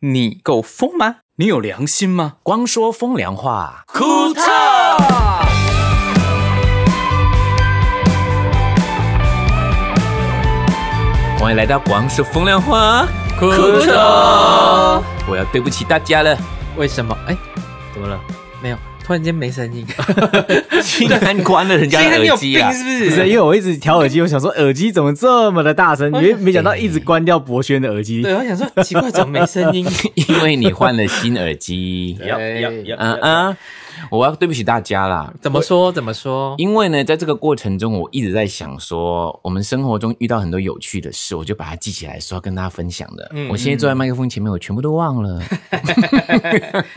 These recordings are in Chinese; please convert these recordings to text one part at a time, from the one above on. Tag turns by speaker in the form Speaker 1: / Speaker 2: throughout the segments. Speaker 1: 你够疯吗？你有良心吗？
Speaker 2: 光说风凉话，
Speaker 1: 库特。
Speaker 2: 欢迎来到光说风凉话，
Speaker 3: 库特，
Speaker 2: 我要对不起大家了。
Speaker 3: 为什么？哎，
Speaker 2: 怎么了？
Speaker 3: 没有，突然间没声 音。
Speaker 2: 竟然关了人家
Speaker 3: 今
Speaker 2: 的
Speaker 3: 天你有
Speaker 2: 耳
Speaker 3: 病
Speaker 2: 机啊！
Speaker 3: 是
Speaker 4: 不
Speaker 3: 不
Speaker 4: 是，
Speaker 3: 是？
Speaker 4: 因为我一直调耳机，我想说耳机怎么这么的大声，因为没想到一直关掉博轩的耳机。
Speaker 3: 对，我想说奇怪，怎么没声音？
Speaker 2: 因为你换了新耳机。嗯嗯，我要对不起大家啦。
Speaker 3: 怎么说？怎么说？
Speaker 2: 因为呢，在这个过程中，我一直在想说，我们生活中遇到很多有趣的事，我就把它记起来，说要跟大家分享的。我现在坐在麦克风前面，我全部都忘了。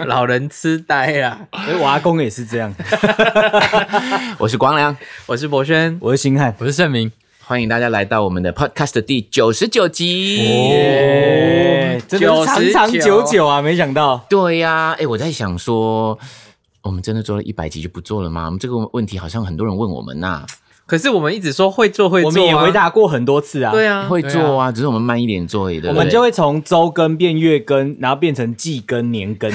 Speaker 3: 老人痴呆啊啦！
Speaker 4: 因为哎我阿公也是这样，
Speaker 2: 我是光良，
Speaker 3: 我是博轩，
Speaker 4: 我是星汉。
Speaker 2: 哦
Speaker 3: 我是盛明。
Speaker 2: 欢迎大家来到我们的 Podcast 的第九十九集。
Speaker 4: 耶真的是长长久久啊，没想到。
Speaker 2: 对呀、哎、我在想说，我们真的做了一百集就不做了吗？我们这个问题好像很多人问我们呐、
Speaker 3: 可是我们一直说会做会做、
Speaker 4: 我
Speaker 3: 啊，
Speaker 4: 们也回。答过很多次啊，
Speaker 3: 对啊，
Speaker 2: 会
Speaker 3: 对啊
Speaker 2: 做啊，只是我们慢一点做而已，对
Speaker 4: 我
Speaker 2: 不对？
Speaker 4: 们就会从周更变月更，然后变成季更、年 更。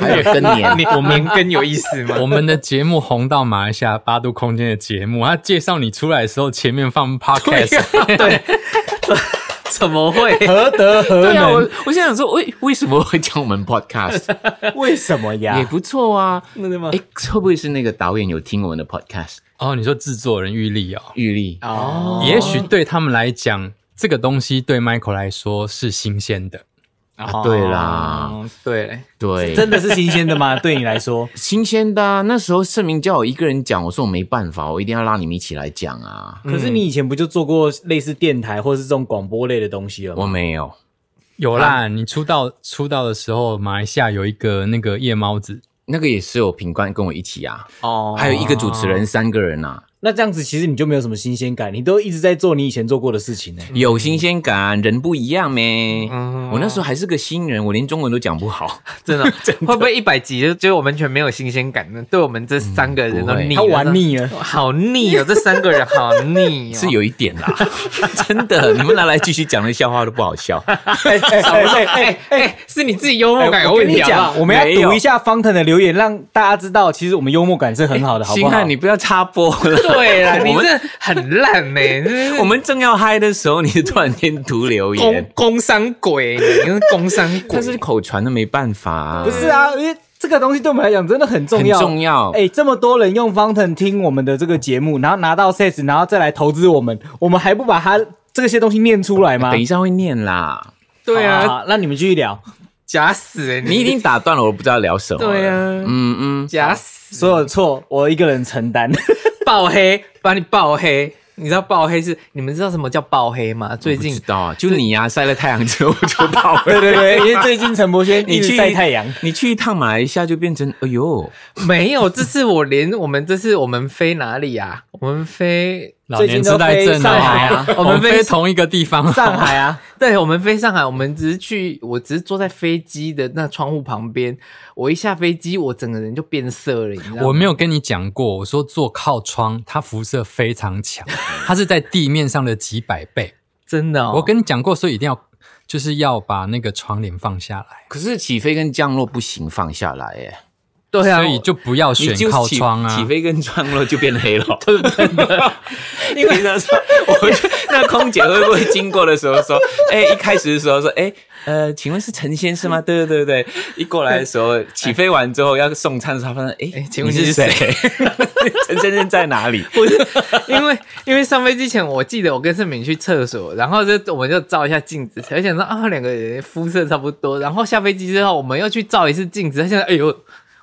Speaker 2: 还有更 年，
Speaker 3: 你我们更有意思吗？
Speaker 5: 我们的节目红到马来西亚八度空间的节目，他介绍你出来的时候，前面放 podcast，
Speaker 3: 怎么会？
Speaker 4: 何德何
Speaker 2: 对啊，我
Speaker 4: 能？
Speaker 2: 我现在想说，为为什么会讲我们 podcast
Speaker 4: 为什么
Speaker 2: 也
Speaker 4: 呀？
Speaker 2: 不错啊？
Speaker 4: 真的吗
Speaker 2: 哎，会不会是那个导演有听我们的 podcast？
Speaker 5: 哦，你说制作人玉立哦，
Speaker 2: 玉丽，
Speaker 4: 哦，
Speaker 5: 也许对他们来讲，这个东西对 Michael 来说是新鲜的，
Speaker 2: 啊对啦
Speaker 4: 哦，
Speaker 3: 对，
Speaker 2: 对，
Speaker 4: 真的是新鲜的吗？对你来说，
Speaker 2: 新鲜的、啊。那时候盛明叫我一个人讲，我说我没办法，我一定要拉你们一起来讲啊。
Speaker 4: 可是你以前不就做过类似电台或是这种广播类的东西了
Speaker 2: 我
Speaker 4: 吗？
Speaker 2: 没有，
Speaker 5: 有啦。你出道出道的时候，马来西亚有一个那个夜猫子，
Speaker 2: 那个也是有品冠跟我一起啊，
Speaker 4: 哦
Speaker 2: 还有一个主持人，三个人啊。
Speaker 4: 那这样子其实你就没有什么新鲜感，你都一直在做你以前做过的事情呢、
Speaker 2: 有新鲜感，人不一样咩。
Speaker 3: 嗯
Speaker 2: 我那时候还是个新人，我连中文都讲不 好。
Speaker 3: 真的会不会一百集就就我们完全没有新鲜感呢？对我们这三个人都
Speaker 2: 不会
Speaker 3: 腻
Speaker 4: 他
Speaker 3: 了，
Speaker 4: 玩腻了，
Speaker 3: 好腻哦，这三个人好腻 哦，
Speaker 2: 是有一点啦，真的，你们拿来继续讲的笑话都不好笑。
Speaker 4: 哎哎哎哎
Speaker 3: 哎，是你自己幽默感有
Speaker 4: 我跟
Speaker 3: 问
Speaker 4: 你
Speaker 3: 题啊
Speaker 4: 讲，！我们要
Speaker 2: 没有
Speaker 4: 读一下方腾的留言，让大家知道，其实我们幽默感是很好的，好不
Speaker 2: 星
Speaker 4: 好
Speaker 2: 汉，？你不要插播了。
Speaker 3: 对 啦，你
Speaker 2: 我们
Speaker 3: 这很烂 呢、欸，这
Speaker 2: 我们正要嗨的时候，你突然间读留
Speaker 3: 工
Speaker 2: 言，
Speaker 3: 工商鬼，你是工商鬼
Speaker 2: 但。是口传的没办法、啊，
Speaker 4: 不是啊，因为这个东西对我们来讲真的很重
Speaker 2: 很
Speaker 4: 要。
Speaker 2: 重要。
Speaker 4: 哎、这么多人用方腾听我们的这个节目，然后拿到 sets，然后再来投资我们，我们还不把它这些东西念出来吗？
Speaker 2: 等一下会念啦，
Speaker 3: 对
Speaker 4: 好
Speaker 3: 啊，
Speaker 4: 好，那你们继续聊。
Speaker 3: 假死、欸、
Speaker 2: 你已经打断了，我不知道聊什么。
Speaker 3: 对，啊，
Speaker 2: 嗯嗯，
Speaker 3: 假死，
Speaker 4: 所有的错我一个人承担。
Speaker 3: 爆黑，把你爆黑。你知道爆黑是你们知道什么叫爆黑吗？最
Speaker 2: 不知
Speaker 3: 近
Speaker 2: 道啊，就你呀、晒了太阳之后就爆了。
Speaker 4: 对对对，因为最近陈柏轩一
Speaker 2: 你
Speaker 4: 直
Speaker 2: 去
Speaker 4: 晒太阳。，
Speaker 2: 你去一趟马来西亚就变成，哎呦，
Speaker 3: 没有，这次我连我们这次我们飞哪里啊？我们飞
Speaker 5: 老年痴呆
Speaker 4: 最近
Speaker 5: 症
Speaker 4: 都飞上
Speaker 3: 海啊
Speaker 5: 哦，我们飞同一个地方哦，
Speaker 4: 上海啊，
Speaker 3: 对，我们飞上海，我们只是去，我只是坐在飞机的那窗户旁边，我一下飞机，我整个人就变色了，你知道吗？
Speaker 5: 我没有跟你讲过，我说坐靠窗，它辐射非常强，它是在地面上的几百倍。
Speaker 3: 真的、哦，
Speaker 5: 我跟你讲过，所以一定要就是要把那个窗帘放下来，
Speaker 2: 可是起飞跟降落不行放下来，哎，
Speaker 3: 对啊，
Speaker 5: 所以就不要
Speaker 2: 你
Speaker 5: 选
Speaker 2: 就
Speaker 5: 靠
Speaker 2: 起
Speaker 5: 窗啊。
Speaker 2: 起飞跟降落就变黑了，对不 对？因为那时候，我就那空姐会不会经过的时候说， 哎、一开始的时候说，哎、呃，请问是陈先生吗？对对对对，一过来的时候，起飞完之后要送餐的时候，他发现，哎、
Speaker 3: 哎请问
Speaker 2: 你
Speaker 3: 你
Speaker 2: 是
Speaker 3: 是
Speaker 2: 谁？ 陈先生在哪里？
Speaker 3: 不是， 因为因为上飞机前，我记得我跟盛敏去厕所，然后就我们就照一下镜子，才想说啊，两个人肤色差不多。然后下飞机之后，我们又去照一次镜子，他现在哎呦，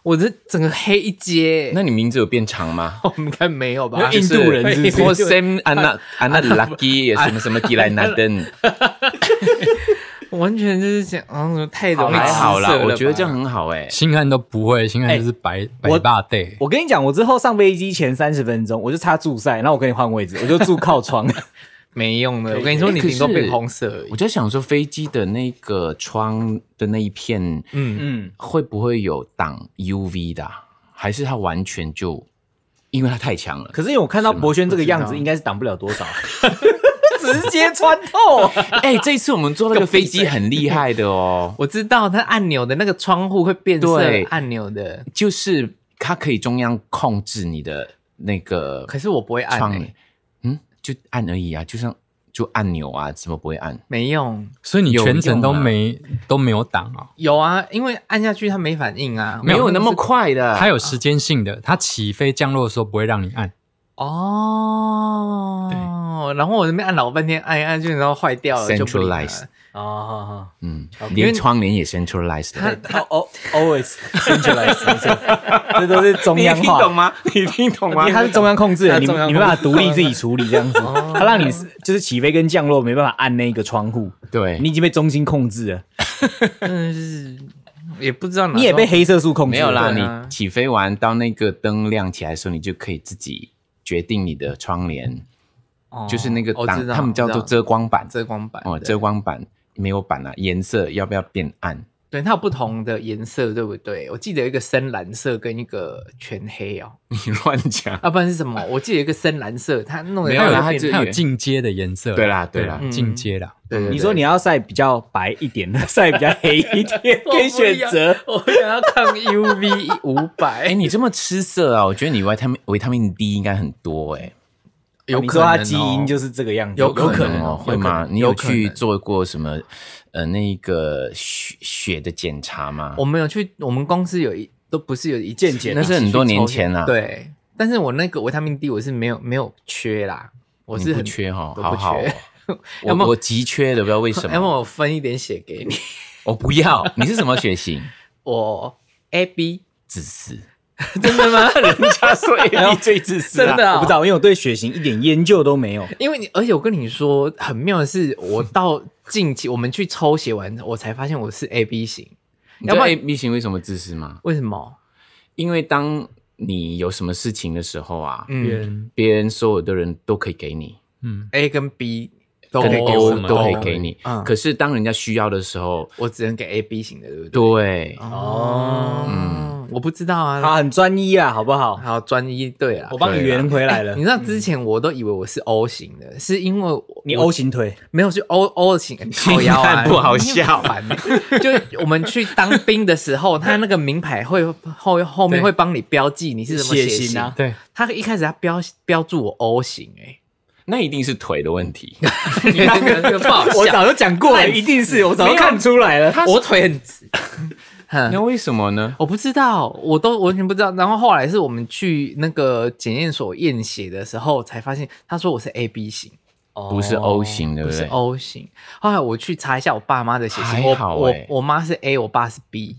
Speaker 3: 我这整个黑一截。
Speaker 2: 那你名字有变长吗？
Speaker 3: 我们应该没有吧？
Speaker 4: 印度人是不是
Speaker 2: 啊 或 Sam 安娜安娜 Lucky 什么什么迪莱纳登，
Speaker 3: 我完全就是想，嗯，太容易
Speaker 2: 还好
Speaker 3: 吃
Speaker 2: 啦
Speaker 3: 色，了。
Speaker 2: 我觉得这样，很好哎、
Speaker 5: 星汉都不会，星汉就是白、
Speaker 4: 我
Speaker 5: 白大 day。
Speaker 4: 我跟你讲，我之后上飞机前三十分钟，我就插住塞，然后我跟你换位置，我就住 靠窗。
Speaker 3: 没用的。我跟你说，
Speaker 2: 哎
Speaker 3: 你
Speaker 2: 可
Speaker 3: 顶多
Speaker 2: 是
Speaker 3: 变红色而已
Speaker 2: 我。就想说，飞机的那个窗的那一片，
Speaker 3: 嗯，
Speaker 4: 嗯，
Speaker 2: 会不会有挡 UV 的啊、还是它完全就因为它太强了？
Speaker 4: 可是因为我看到博轩这个样
Speaker 3: 不知
Speaker 4: 子，
Speaker 3: 道
Speaker 4: 应该是挡不了多少。直接穿透。
Speaker 2: 哎、这次我们坐那个飞机很厉害的 哦，
Speaker 3: 我知道它按钮的那个窗户会变色
Speaker 2: 对
Speaker 3: 按钮的，
Speaker 2: 就是它可以中央控制你的那个
Speaker 3: 可是我不会按、
Speaker 2: 窗
Speaker 3: 欸，，
Speaker 2: 嗯，就按而已啊，就像就按钮啊，怎么不会按？
Speaker 3: 没用。
Speaker 5: 所以你
Speaker 2: 有
Speaker 5: 全程都
Speaker 2: 用啊
Speaker 5: 没都没有挡啊。
Speaker 3: 有啊，因为按下去它没反应啊，
Speaker 5: 没有
Speaker 2: 没有那么快的，
Speaker 5: 它有时间性的，它起飞降落的时候不会让你按。
Speaker 3: 哦。然后我这边按老半天，按一按去，然后坏掉了就不理它
Speaker 2: Centralized
Speaker 1: 啊啊
Speaker 2: 嗯，
Speaker 3: 因为
Speaker 2: 连窗帘也 centralized 的。
Speaker 4: 哦，always centralized，这都是中央 化。
Speaker 2: 吗？你听懂
Speaker 4: 因为它是中央控制的，你
Speaker 3: 它中央控制
Speaker 4: 你没办法独立自己处理这样子，
Speaker 2: 哦
Speaker 4: 它让你就是起飞跟降落没办法按那个窗户，
Speaker 2: 对，
Speaker 4: 你已经被中心控制了，
Speaker 3: 嗯，是也不知道哪。
Speaker 4: 你也被黑色素控制
Speaker 2: 没
Speaker 4: 了。
Speaker 2: 有啦，
Speaker 3: 对啊
Speaker 2: 你起飞完到那个灯亮起来的时候，你就可以自己决定你的窗帘，
Speaker 3: 哦，
Speaker 2: 就是那个
Speaker 3: 我
Speaker 2: 挡
Speaker 3: 知，道
Speaker 2: 他们叫做
Speaker 3: 我知道
Speaker 2: 遮光板。
Speaker 3: 遮光板
Speaker 2: 哦，
Speaker 3: 对
Speaker 2: 遮光板没有板啊，颜色要不要变暗？
Speaker 3: 对，它有不同的颜色，对不对？我记得有一个深蓝色跟一个全黑哦，
Speaker 2: 你乱讲。
Speaker 3: 啊，不然是什么？我记得有一个深蓝色，它弄得
Speaker 2: 没有啦
Speaker 3: 它
Speaker 2: 它
Speaker 3: 变
Speaker 2: 只
Speaker 5: 它有进阶的颜色。
Speaker 2: 对啦对啦
Speaker 3: 嗯
Speaker 5: 进阶啦。
Speaker 3: 对对对
Speaker 4: 你说你要晒比较白一点的，晒比较黑一 点，可以选择。
Speaker 3: 我想要看 UV 五
Speaker 2: 哎、
Speaker 3: 百，
Speaker 2: 你这么吃色啊？我觉得你维他命维他命 D 应该很多哎、
Speaker 3: 有
Speaker 4: 你
Speaker 3: 可
Speaker 4: 说
Speaker 3: 能
Speaker 4: 它
Speaker 3: 哦
Speaker 4: 基因就是这个样子，
Speaker 3: 有可能
Speaker 2: 哦，
Speaker 3: 有
Speaker 2: 会吗？
Speaker 3: 能
Speaker 2: 你有
Speaker 3: 有可能
Speaker 2: 去做过什么呃那个血血的检查吗？
Speaker 3: 我们有去，我们公司有一都不是有一
Speaker 4: 健
Speaker 3: 起
Speaker 4: 检
Speaker 2: 那是很多年前啦
Speaker 3: 对，但是我那个维他命 D 我是没有没有缺啦，我
Speaker 2: 你
Speaker 3: 是
Speaker 2: 不
Speaker 3: 很
Speaker 2: 缺哈，
Speaker 3: 我
Speaker 2: 好
Speaker 3: 不
Speaker 2: 好哦
Speaker 3: 缺。要么
Speaker 2: 我我急缺的，不知道为什
Speaker 3: 要
Speaker 2: 么。
Speaker 3: 么哎我分一点血给你，
Speaker 2: 我不要，你是什么血 型？
Speaker 3: 我 A B
Speaker 2: 自私。
Speaker 3: 真的吗？
Speaker 2: 他说 A B 最自私
Speaker 3: 真的啊
Speaker 4: 我不知道，因为我对血型一点研究都没有。
Speaker 3: 因为你，而且我跟你说，很妙的是，我到近期我们去抽血完，我才发现我是 A B 型。
Speaker 2: 你
Speaker 3: 要
Speaker 2: 知
Speaker 3: 不
Speaker 2: 道
Speaker 3: 然
Speaker 2: A B 型为什么自私吗？
Speaker 3: 为什么？
Speaker 2: 因为当你有什么事情的时候啊，
Speaker 5: 别
Speaker 3: 嗯
Speaker 5: 人
Speaker 2: 别人所有的人都可以给你，
Speaker 5: 嗯，
Speaker 3: ，A 跟 B 都
Speaker 2: 跟
Speaker 5: 可以给
Speaker 2: O
Speaker 5: 我们
Speaker 2: 都可以
Speaker 5: 哦
Speaker 2: 给你
Speaker 3: 嗯。
Speaker 2: 可是当人家需要的时候，
Speaker 3: 我只能给 A B 型的，对不对？
Speaker 2: 对，嗯
Speaker 3: 哦，我不知道啊。
Speaker 4: 他很专一啊，好不 好？
Speaker 3: 好，专一对啊
Speaker 4: 我。帮你圆回来了
Speaker 3: 哎你。知道之前我都以为我是 O 型的，是因为我
Speaker 4: 你 O 型腿，
Speaker 3: 没有去 O O 型，好腰啊，
Speaker 2: 看不好笑
Speaker 3: 你很烦。就我们去当兵的时候，他那个名牌会后后面
Speaker 5: 对
Speaker 3: 会帮你标记你是什么
Speaker 4: 血
Speaker 3: 型
Speaker 4: 型啊
Speaker 5: 对，
Speaker 3: 他一开始他标标注我 O 型、欸，
Speaker 2: 那一定是腿的问 题。
Speaker 3: 哎， 这个不好
Speaker 4: 我
Speaker 3: 笑。
Speaker 4: 早就讲过了，一定是我早就看出来了。
Speaker 3: 我腿很直，哼
Speaker 2: 那为什么呢？
Speaker 3: 我不知道，我都完全不知道。然后后来是我们去那个检验所验血的时候，才发现他说我是 A B 型，
Speaker 2: 不是 O 型，对
Speaker 3: 哦不
Speaker 2: 不
Speaker 3: 是
Speaker 2: 对？
Speaker 3: O 型。后来我去查一下我爸妈的血型，
Speaker 2: 还好
Speaker 3: 我我
Speaker 2: 欸
Speaker 3: 我妈是 A，我爸是 B，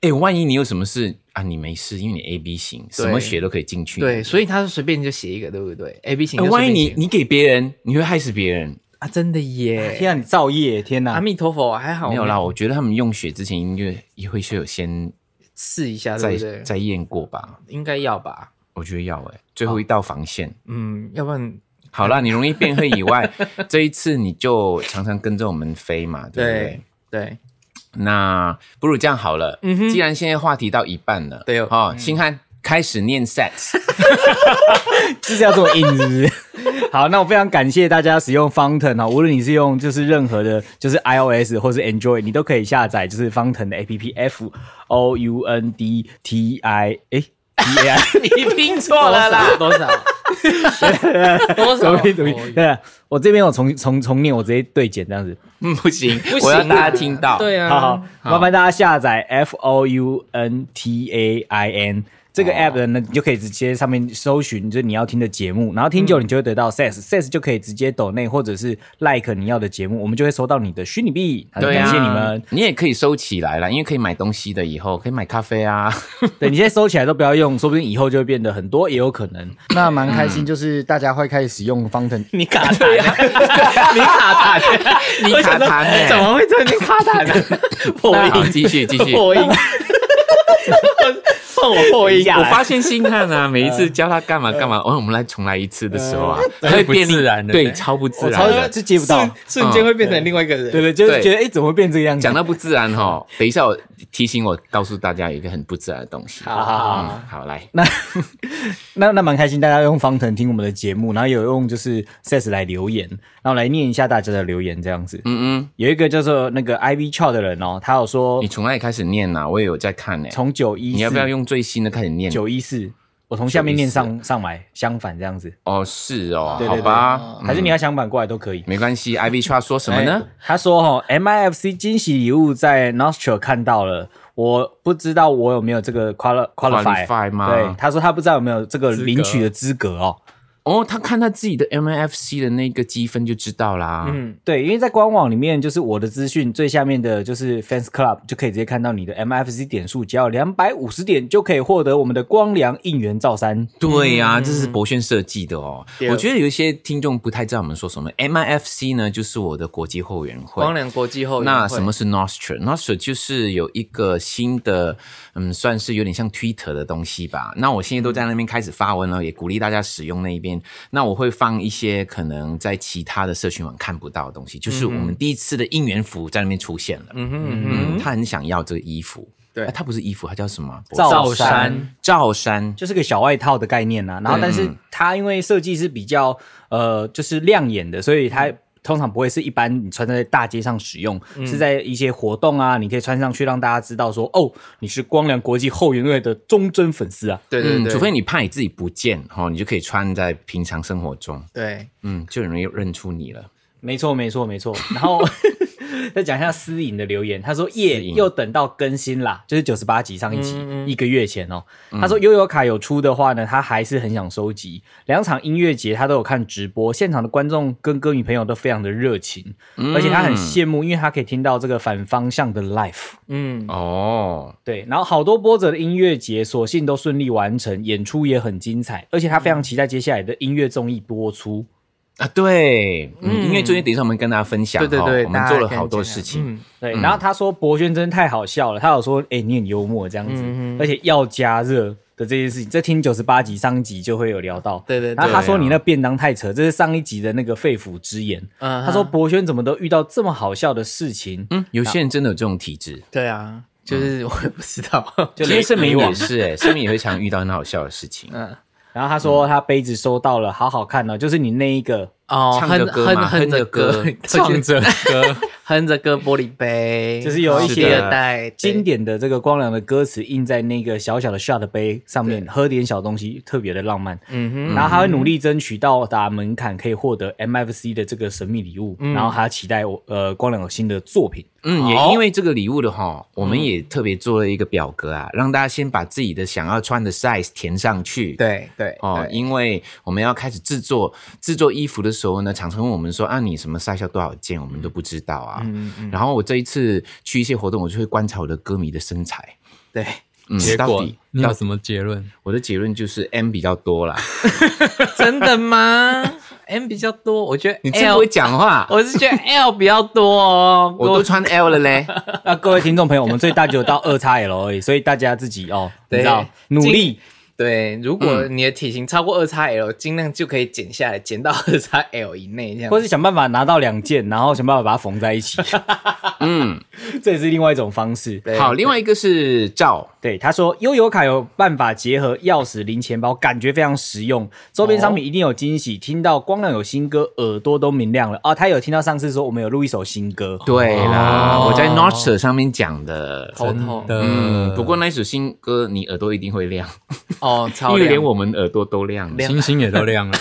Speaker 2: 哎，万一你有什么事啊，你没事，因为你 A B 型，什么血都可以进去。
Speaker 3: 对，所
Speaker 2: 以
Speaker 3: 以他是随便就写一个，对不对？A B 型
Speaker 2: 哎，
Speaker 3: 就随
Speaker 2: 万
Speaker 3: 便写、
Speaker 2: 一你你给别人，你会害死别人。
Speaker 3: 啊，真的耶！
Speaker 4: 天啊，你造业！天
Speaker 3: 阿
Speaker 4: 哪，
Speaker 3: 弥陀佛，还好
Speaker 2: 哎没有啦，，我觉得他们用血之前应该也会是有先
Speaker 3: 试一下，对
Speaker 2: 再
Speaker 3: 不对？哦
Speaker 2: 再验过吧？
Speaker 3: 应该要吧，
Speaker 2: 我觉得要哎，最后一道防线。
Speaker 3: 嗯，要不然
Speaker 2: 好啦，你容易变黑以 外，这一次你就常常跟着我们飞嘛，对不对
Speaker 3: 对？对
Speaker 2: 那不如这样好了，
Speaker 3: 嗯哼
Speaker 2: 既然现在话题到一半了，
Speaker 3: 对哦
Speaker 2: 哦，星汉开始念 sets，
Speaker 4: 就是要这么硬，是不是？ 好，那我非常感谢大家使用 Fountain 啊，无论你是用就是任何的，就是 iOS 或是 Android，你都可以下载就是 Fountain 的 APP F O U N D T I 哎 T A I
Speaker 2: 你拼 错了啦，
Speaker 3: 多少 多少哦多
Speaker 4: 怎
Speaker 3: 少
Speaker 4: 么
Speaker 6: 哦
Speaker 4: 拼怎么拼？对，我这边有重重重念，我直接对剪这样子。
Speaker 2: 嗯，不行，
Speaker 3: 不行啊
Speaker 2: 我要大家听到，
Speaker 3: 对
Speaker 6: 嗯
Speaker 3: 啊，
Speaker 4: 好好，麻烦大家下载 F O U N T A I N 这
Speaker 6: 哦
Speaker 4: 个 app 呢，你就可以直接上面搜寻，就是你要听的节目，然后听久了你就会得到 SES，SES、就可以直接抖内或者是 like 你要的节目，我们就会收到你的虚拟币。那就
Speaker 2: 对啊，
Speaker 4: 感谢你们。，
Speaker 2: 你也可以收起来啦，因为可以买东西的，以后可以买咖啡 啊，
Speaker 4: 对你现在收起来都不要用，说不定以后就会变得很多，也有可能。 嗯
Speaker 6: 那蛮开心，就是大家会开始使用方啊程。
Speaker 4: 你卡痰，
Speaker 3: 你卡痰，
Speaker 2: 你卡痰 欸呢？
Speaker 3: 怎么 会突然间卡痰呢？
Speaker 2: 好，继续继续，
Speaker 3: 破音，放我破音
Speaker 2: 我发现星汉啊，每一次教他干嘛干 嘛，哦，我们来重来一次的时候啊，他会
Speaker 5: 不
Speaker 2: 变
Speaker 5: 自然的
Speaker 2: 对，
Speaker 5: 对
Speaker 2: 超不自
Speaker 4: 我
Speaker 2: 然
Speaker 4: 超
Speaker 2: 的。
Speaker 4: 就接不到
Speaker 3: 瞬，瞬间会变成另外一个人。
Speaker 4: 对对，就是
Speaker 2: 哦嗯对
Speaker 4: 觉得哎，怎么会变这个样子？
Speaker 2: 讲到不自然哈，等一下我提醒我告诉大家有一个很不自然的东西。
Speaker 4: 好好好
Speaker 2: 嗯好来，
Speaker 4: 那那那蛮开心，大家用方腾听我们的节目，然后有用就是 Ses 来留言，然后来念一下大家的留言这样子。
Speaker 2: 嗯嗯，
Speaker 4: 有一个叫做那个 IV Chow 的人哦，他有说
Speaker 2: 你从哪里开始念呐？我也有在看呢。
Speaker 4: 从九一
Speaker 2: 你要不要
Speaker 4: 四
Speaker 2: 用最新的开始念？
Speaker 4: 九一四，我从下面念上上来，相反这样子，
Speaker 2: 哦，是哦，
Speaker 4: 对对
Speaker 2: 好
Speaker 4: 对
Speaker 2: 吧，
Speaker 4: 还是你要相反过来都可以。
Speaker 2: 没关系。I V 叉说什么呢
Speaker 4: 哎？？他说哈、MIFC 惊喜礼物在 Nostro 看到了，我不知道我有没有这个 quali qualify
Speaker 2: 哎 Qualify 吗
Speaker 4: 对，他说他不知道有没有这个领取的资格哦。
Speaker 2: 哦，他看他自己的 M F C 的那个积分就知道啦。
Speaker 3: 嗯，
Speaker 4: 对，因为在官网里面，就是我的资讯最下面的就是 Fans Club 就可以直接看到你的 MFC 点数，只要两百五十点就可以获得我们的光良应援罩衫。
Speaker 2: 对呀、这是博轩设计的哦。
Speaker 3: 对
Speaker 2: 我觉得有一些听众不太知道我们说什么。M I F C 呢，就是我的国际后援会。
Speaker 3: 光良国际后援会
Speaker 2: 那什么是 Nostra？Nostra 就是有一个新的，嗯，算是有点像 Twitter 的东西吧。那我现在都在那边开始发文了，也鼓励大家使用那一边。那我会放一些可能在其他的社群网看不到的东西，就是我们第一次的应援服在那边出现了。嗯嗯，他很想要这个衣服。
Speaker 3: 对
Speaker 2: 哎它不是衣服，它叫什么？
Speaker 4: 罩
Speaker 5: 衫，
Speaker 2: 罩衫。
Speaker 4: 就是个小外套的概念啊啦、然后，但是它因为设计是比较呃，就是亮眼的，所以它通常不会是一般你穿在大街上使用，是在一些活动啊，你可以穿上去让大家知道说，哦，你是光良国际后援会的忠贞粉丝啊。
Speaker 3: 对对
Speaker 2: 嗯，
Speaker 3: 对，
Speaker 2: 除非你怕你自己不见哦，你就可以穿在平常生活中，
Speaker 3: 对
Speaker 2: 嗯，就很容易认出你了。
Speaker 4: 没错，没错，没错。然后 再讲一下私隐的留言，他说：“耶，
Speaker 2: 隐
Speaker 4: 又等到更新啦，就是九十八集上一集，一个月前哦。”他说：“悠悠卡有出的话呢，他还是很想收集。两场音乐节他都有看直播，现场的观众跟歌迷朋友都非常的热情，而且他很羡慕，因为他可以听到这个反方向的 life。”
Speaker 3: 嗯，
Speaker 2: 哦，
Speaker 4: 对，然后好多波折的音乐节，所幸都顺利完成，演出也很精彩，而且他非常期待接下来的音乐综艺播出。
Speaker 2: 啊，对，嗯，因为最近等一下我们跟大家分享哦，
Speaker 3: 对对对，
Speaker 2: 我
Speaker 3: 大
Speaker 2: 们
Speaker 3: 家
Speaker 2: 做了
Speaker 3: 可以
Speaker 2: 好多
Speaker 3: 这样
Speaker 2: 事情，
Speaker 3: 嗯
Speaker 4: 对，然后他说博轩真太好笑了，他有说，哎、你很幽默这样子，而且要加热的这件事情，这听九十八集上一集就会有聊到。
Speaker 3: 对对对
Speaker 4: 然后他说
Speaker 2: 对啊
Speaker 4: 你那便当太扯，这是上一集的那个肺腑之言。
Speaker 3: 嗯哼
Speaker 4: 他说博轩怎么都遇到这么好笑的事情，
Speaker 2: 嗯，有些人真的有这种体质，
Speaker 3: 对啊，就是我也不知道，
Speaker 2: 其实盛
Speaker 3: 啊
Speaker 2: 明也是，哎，盛明也会常遇到很好笑的事 情，
Speaker 3: 嗯
Speaker 4: 然后他说他杯子收到了，好好看哦，就是你那一个。
Speaker 3: 哦，
Speaker 2: 唱着
Speaker 3: 哼
Speaker 2: 歌
Speaker 3: 哼
Speaker 2: 嘛
Speaker 3: 哼
Speaker 2: 哼
Speaker 3: 着
Speaker 2: 着
Speaker 3: 歌
Speaker 2: 歌，
Speaker 5: 唱着歌，
Speaker 3: 哼着歌玻璃杯，
Speaker 4: 就是有一
Speaker 3: 是
Speaker 4: 些
Speaker 3: 第二代
Speaker 4: 经，典的这个光良的歌词印在那个小小的 shot 杯上面，喝点小东西，特别的浪漫。
Speaker 3: 对嗯哼，
Speaker 4: 然后他会努力争取到达门槛，可以获得 MFC 的这个神秘礼
Speaker 3: 嗯
Speaker 4: 物。然后他期待我呃光良有新的作品。
Speaker 2: 嗯，
Speaker 3: 哦
Speaker 2: 也因为这个礼物的哈，我
Speaker 3: 嗯
Speaker 2: 们也特别做了一个表格啊，让大家先把自己的想要穿的 size 填上去，。
Speaker 3: 对对
Speaker 2: 哦，因为我们要开始制作制作衣服的时候呢，厂商问我们说啊，你什么 size 要多少件，我们都不知道啊。然后我这一次去一些活动，我就会观察我的歌迷的身材。
Speaker 3: 对，
Speaker 2: 嗯，
Speaker 5: 结
Speaker 2: 到
Speaker 5: 果
Speaker 2: 底
Speaker 5: 你有什么结论？
Speaker 2: 我的结论就是 M 比较多 啦。
Speaker 3: 真的吗？M 比较多，我觉得
Speaker 2: 你真
Speaker 3: L，
Speaker 2: 不会讲话，
Speaker 3: 我是觉得 L 比较多哦，
Speaker 2: 我都穿 L 了 嘞。
Speaker 4: 那各位听众朋友，我们最大就到二 x L 而已，所以大家自己哦，你
Speaker 3: 对
Speaker 4: 知道努力。
Speaker 3: 对，如果
Speaker 2: 嗯
Speaker 3: 你的体型超过二叉 L，尽量就可以减下来，减到二叉 L 以内这样。
Speaker 4: 或是想办法拿到两件，然后想办法把它缝在一起，
Speaker 2: 嗯，
Speaker 4: 这也是另外一种方式。
Speaker 3: 对
Speaker 2: 好，另外一个是照，
Speaker 4: 对，他说悠游卡有办法结合钥匙、零钱包，感觉非常实用。周边商品一定有惊喜，听到光亮有新歌，耳朵都明亮了啊！他有听到上次说我们有录一首新歌，
Speaker 2: 对啦，我在 North 上面讲的。
Speaker 3: 哦头痛
Speaker 5: 的，
Speaker 2: 嗯，不
Speaker 5: 呃
Speaker 2: 过那一首新歌，你耳朵一定会亮，
Speaker 3: 哦，
Speaker 2: 因
Speaker 3: 超
Speaker 2: 为
Speaker 3: 亮，
Speaker 2: 连我们耳朵都亮了。
Speaker 5: 星星也都 亮了，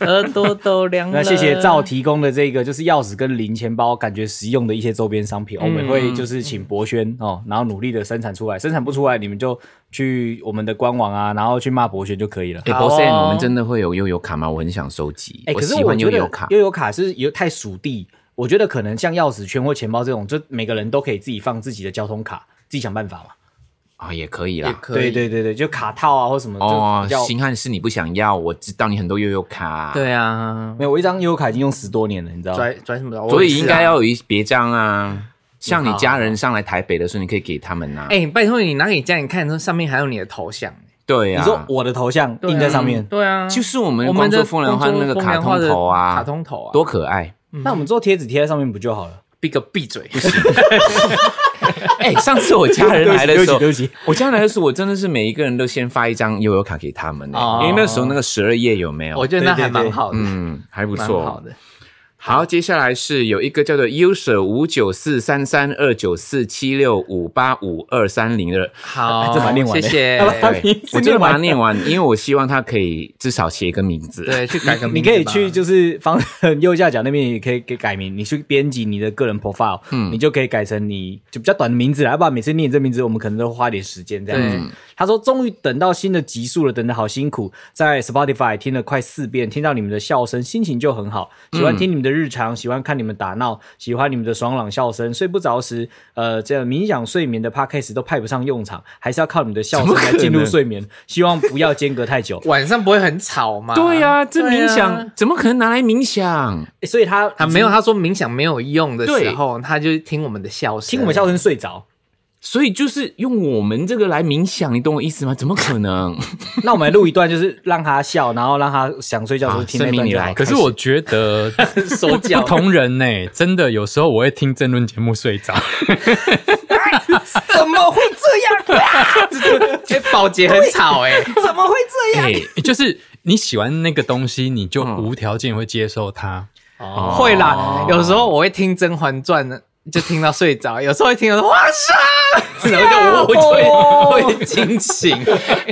Speaker 3: 耳朵都亮
Speaker 4: 那
Speaker 3: 了。
Speaker 4: 谢谢赵提供的这个就是钥匙跟零钱包，感觉实用的一些周边商品，我们会就是请博轩哦，然后努力的生产出来，生产不出来你们就去我们的官网啊，然后去骂博轩就可以了。
Speaker 2: 哎，
Speaker 3: 好哦
Speaker 2: 博森，我们真的会有悠游卡吗？我很想收集，
Speaker 4: 哎、可是
Speaker 2: 喜
Speaker 4: 我
Speaker 2: 欢
Speaker 4: 觉
Speaker 2: 悠
Speaker 4: 得
Speaker 2: 游卡。
Speaker 4: 悠游卡是有太属地，我觉得可能像钥匙圈或钱包这种，就每个人都可以自己放自己的交通卡，自己想办法嘛。
Speaker 2: 啊、也可以
Speaker 3: 也
Speaker 2: 啦。
Speaker 3: 可
Speaker 4: 对
Speaker 3: 以，
Speaker 4: 对对对，就卡套啊或什么，就
Speaker 2: 哦
Speaker 4: 比，较。
Speaker 2: 星汉是你不想要，我知道你很多悠悠卡，，
Speaker 3: 对啊，
Speaker 4: 没有，我一张悠游卡已经用十多年了，你知道吗？
Speaker 3: 拽拽什么的，
Speaker 2: 所
Speaker 3: 我也
Speaker 2: 以
Speaker 3: 是啊
Speaker 2: 应该要有一别张啊。像你家人上来台北的时候，你可以给他们呐、
Speaker 3: 哎、拜托你拿给家里看，说上面还有你的头像，
Speaker 2: 对
Speaker 4: 你
Speaker 2: 呀、
Speaker 4: 说我的头像
Speaker 3: 对啊
Speaker 4: 印在上面，
Speaker 3: 对啊，
Speaker 2: 就是我们
Speaker 3: 我
Speaker 2: 光
Speaker 3: 们
Speaker 2: 做
Speaker 3: 的
Speaker 2: 风凉话
Speaker 3: 光
Speaker 2: 那
Speaker 3: 做
Speaker 2: 个
Speaker 3: 风
Speaker 2: 卡
Speaker 3: 凉话
Speaker 2: 通
Speaker 3: 的
Speaker 2: 头啊，
Speaker 3: 卡通头啊，
Speaker 2: 多可爱！
Speaker 4: 那我们做贴纸贴在上面不就好了？
Speaker 3: 闭个闭嘴，
Speaker 2: 哎、上次我 家人来的时候，
Speaker 4: 对不起对不起
Speaker 2: 我家人来的时候，我真的是每一个人都先发一张悠游卡给他们、欸
Speaker 3: 哦
Speaker 2: 因为那时候那个十二页有没有？
Speaker 3: 我觉得那还
Speaker 4: 对对对
Speaker 3: 蛮好的，
Speaker 2: 嗯，还不
Speaker 3: 蛮
Speaker 2: 错。
Speaker 3: 好的。
Speaker 2: 好，接下来是有一个叫做 user 五九四三三二九四七六五八五二三零的，
Speaker 3: 好，
Speaker 4: 这把它念完
Speaker 3: 谢
Speaker 4: 嘞
Speaker 3: 谢。
Speaker 4: 他 名字
Speaker 2: 我真的把它
Speaker 4: 念
Speaker 2: 念完，因为我希望他可以至少写一个名字。
Speaker 3: 对，去啊改个名字吧
Speaker 4: 你可以去就是方右下角那边也可以给改名，你去编辑你的个人 profile，你
Speaker 3: 嗯
Speaker 4: 就可以改成你就比较短的名字啦，要不然每次念这名字我们可能都花点时间这样
Speaker 3: 对
Speaker 4: 子。他说终于等到新的集数了，等的好辛苦，在 Spotify 听了快四遍，听到你们的笑声，心情就很好，喜
Speaker 3: 嗯
Speaker 4: 欢听你们的日常，喜欢看你们打闹，喜欢你们的爽朗笑声，睡不着时，呃，这样冥想睡眠的 podcast 都派不上用场，还是要靠你们的笑声来进入睡眠，希望不要间隔 太久。
Speaker 3: 晚上不会很吵吗？
Speaker 2: 对呀、这
Speaker 3: 对
Speaker 2: 冥
Speaker 3: 啊
Speaker 2: 想、怎么可能拿来冥想？
Speaker 4: 欸所以他
Speaker 3: 他没有，他说冥想没有用的时
Speaker 2: 对
Speaker 3: 候，他就听我们的笑声，
Speaker 4: 听我们笑声睡着。
Speaker 2: 所以就是用我们这个来冥想，你懂我意思吗？怎么可能？
Speaker 4: 那我们来录一段，就是让他笑，然后让他想睡觉的时候
Speaker 2: 好
Speaker 4: 听那
Speaker 2: 声明
Speaker 4: 段
Speaker 2: 你
Speaker 4: 就
Speaker 2: 来
Speaker 4: 好。
Speaker 5: 可是我觉 得
Speaker 3: 手脚
Speaker 5: 不同人呢、真的有时候我会听争论节目睡着。
Speaker 4: 怎么会这 样？
Speaker 3: 哎，保洁很吵哎、
Speaker 4: 怎么会这样？
Speaker 2: 哎、
Speaker 5: 欸就是你喜欢那个东西，你就
Speaker 3: 嗯
Speaker 5: 无条件会接受它。
Speaker 2: 哦
Speaker 3: 会啦，有时候我会听《甄嬛传》呢，就听到睡 着；有时候会听到皇上，然后
Speaker 4: 啊
Speaker 3: 就我我就会惊醒。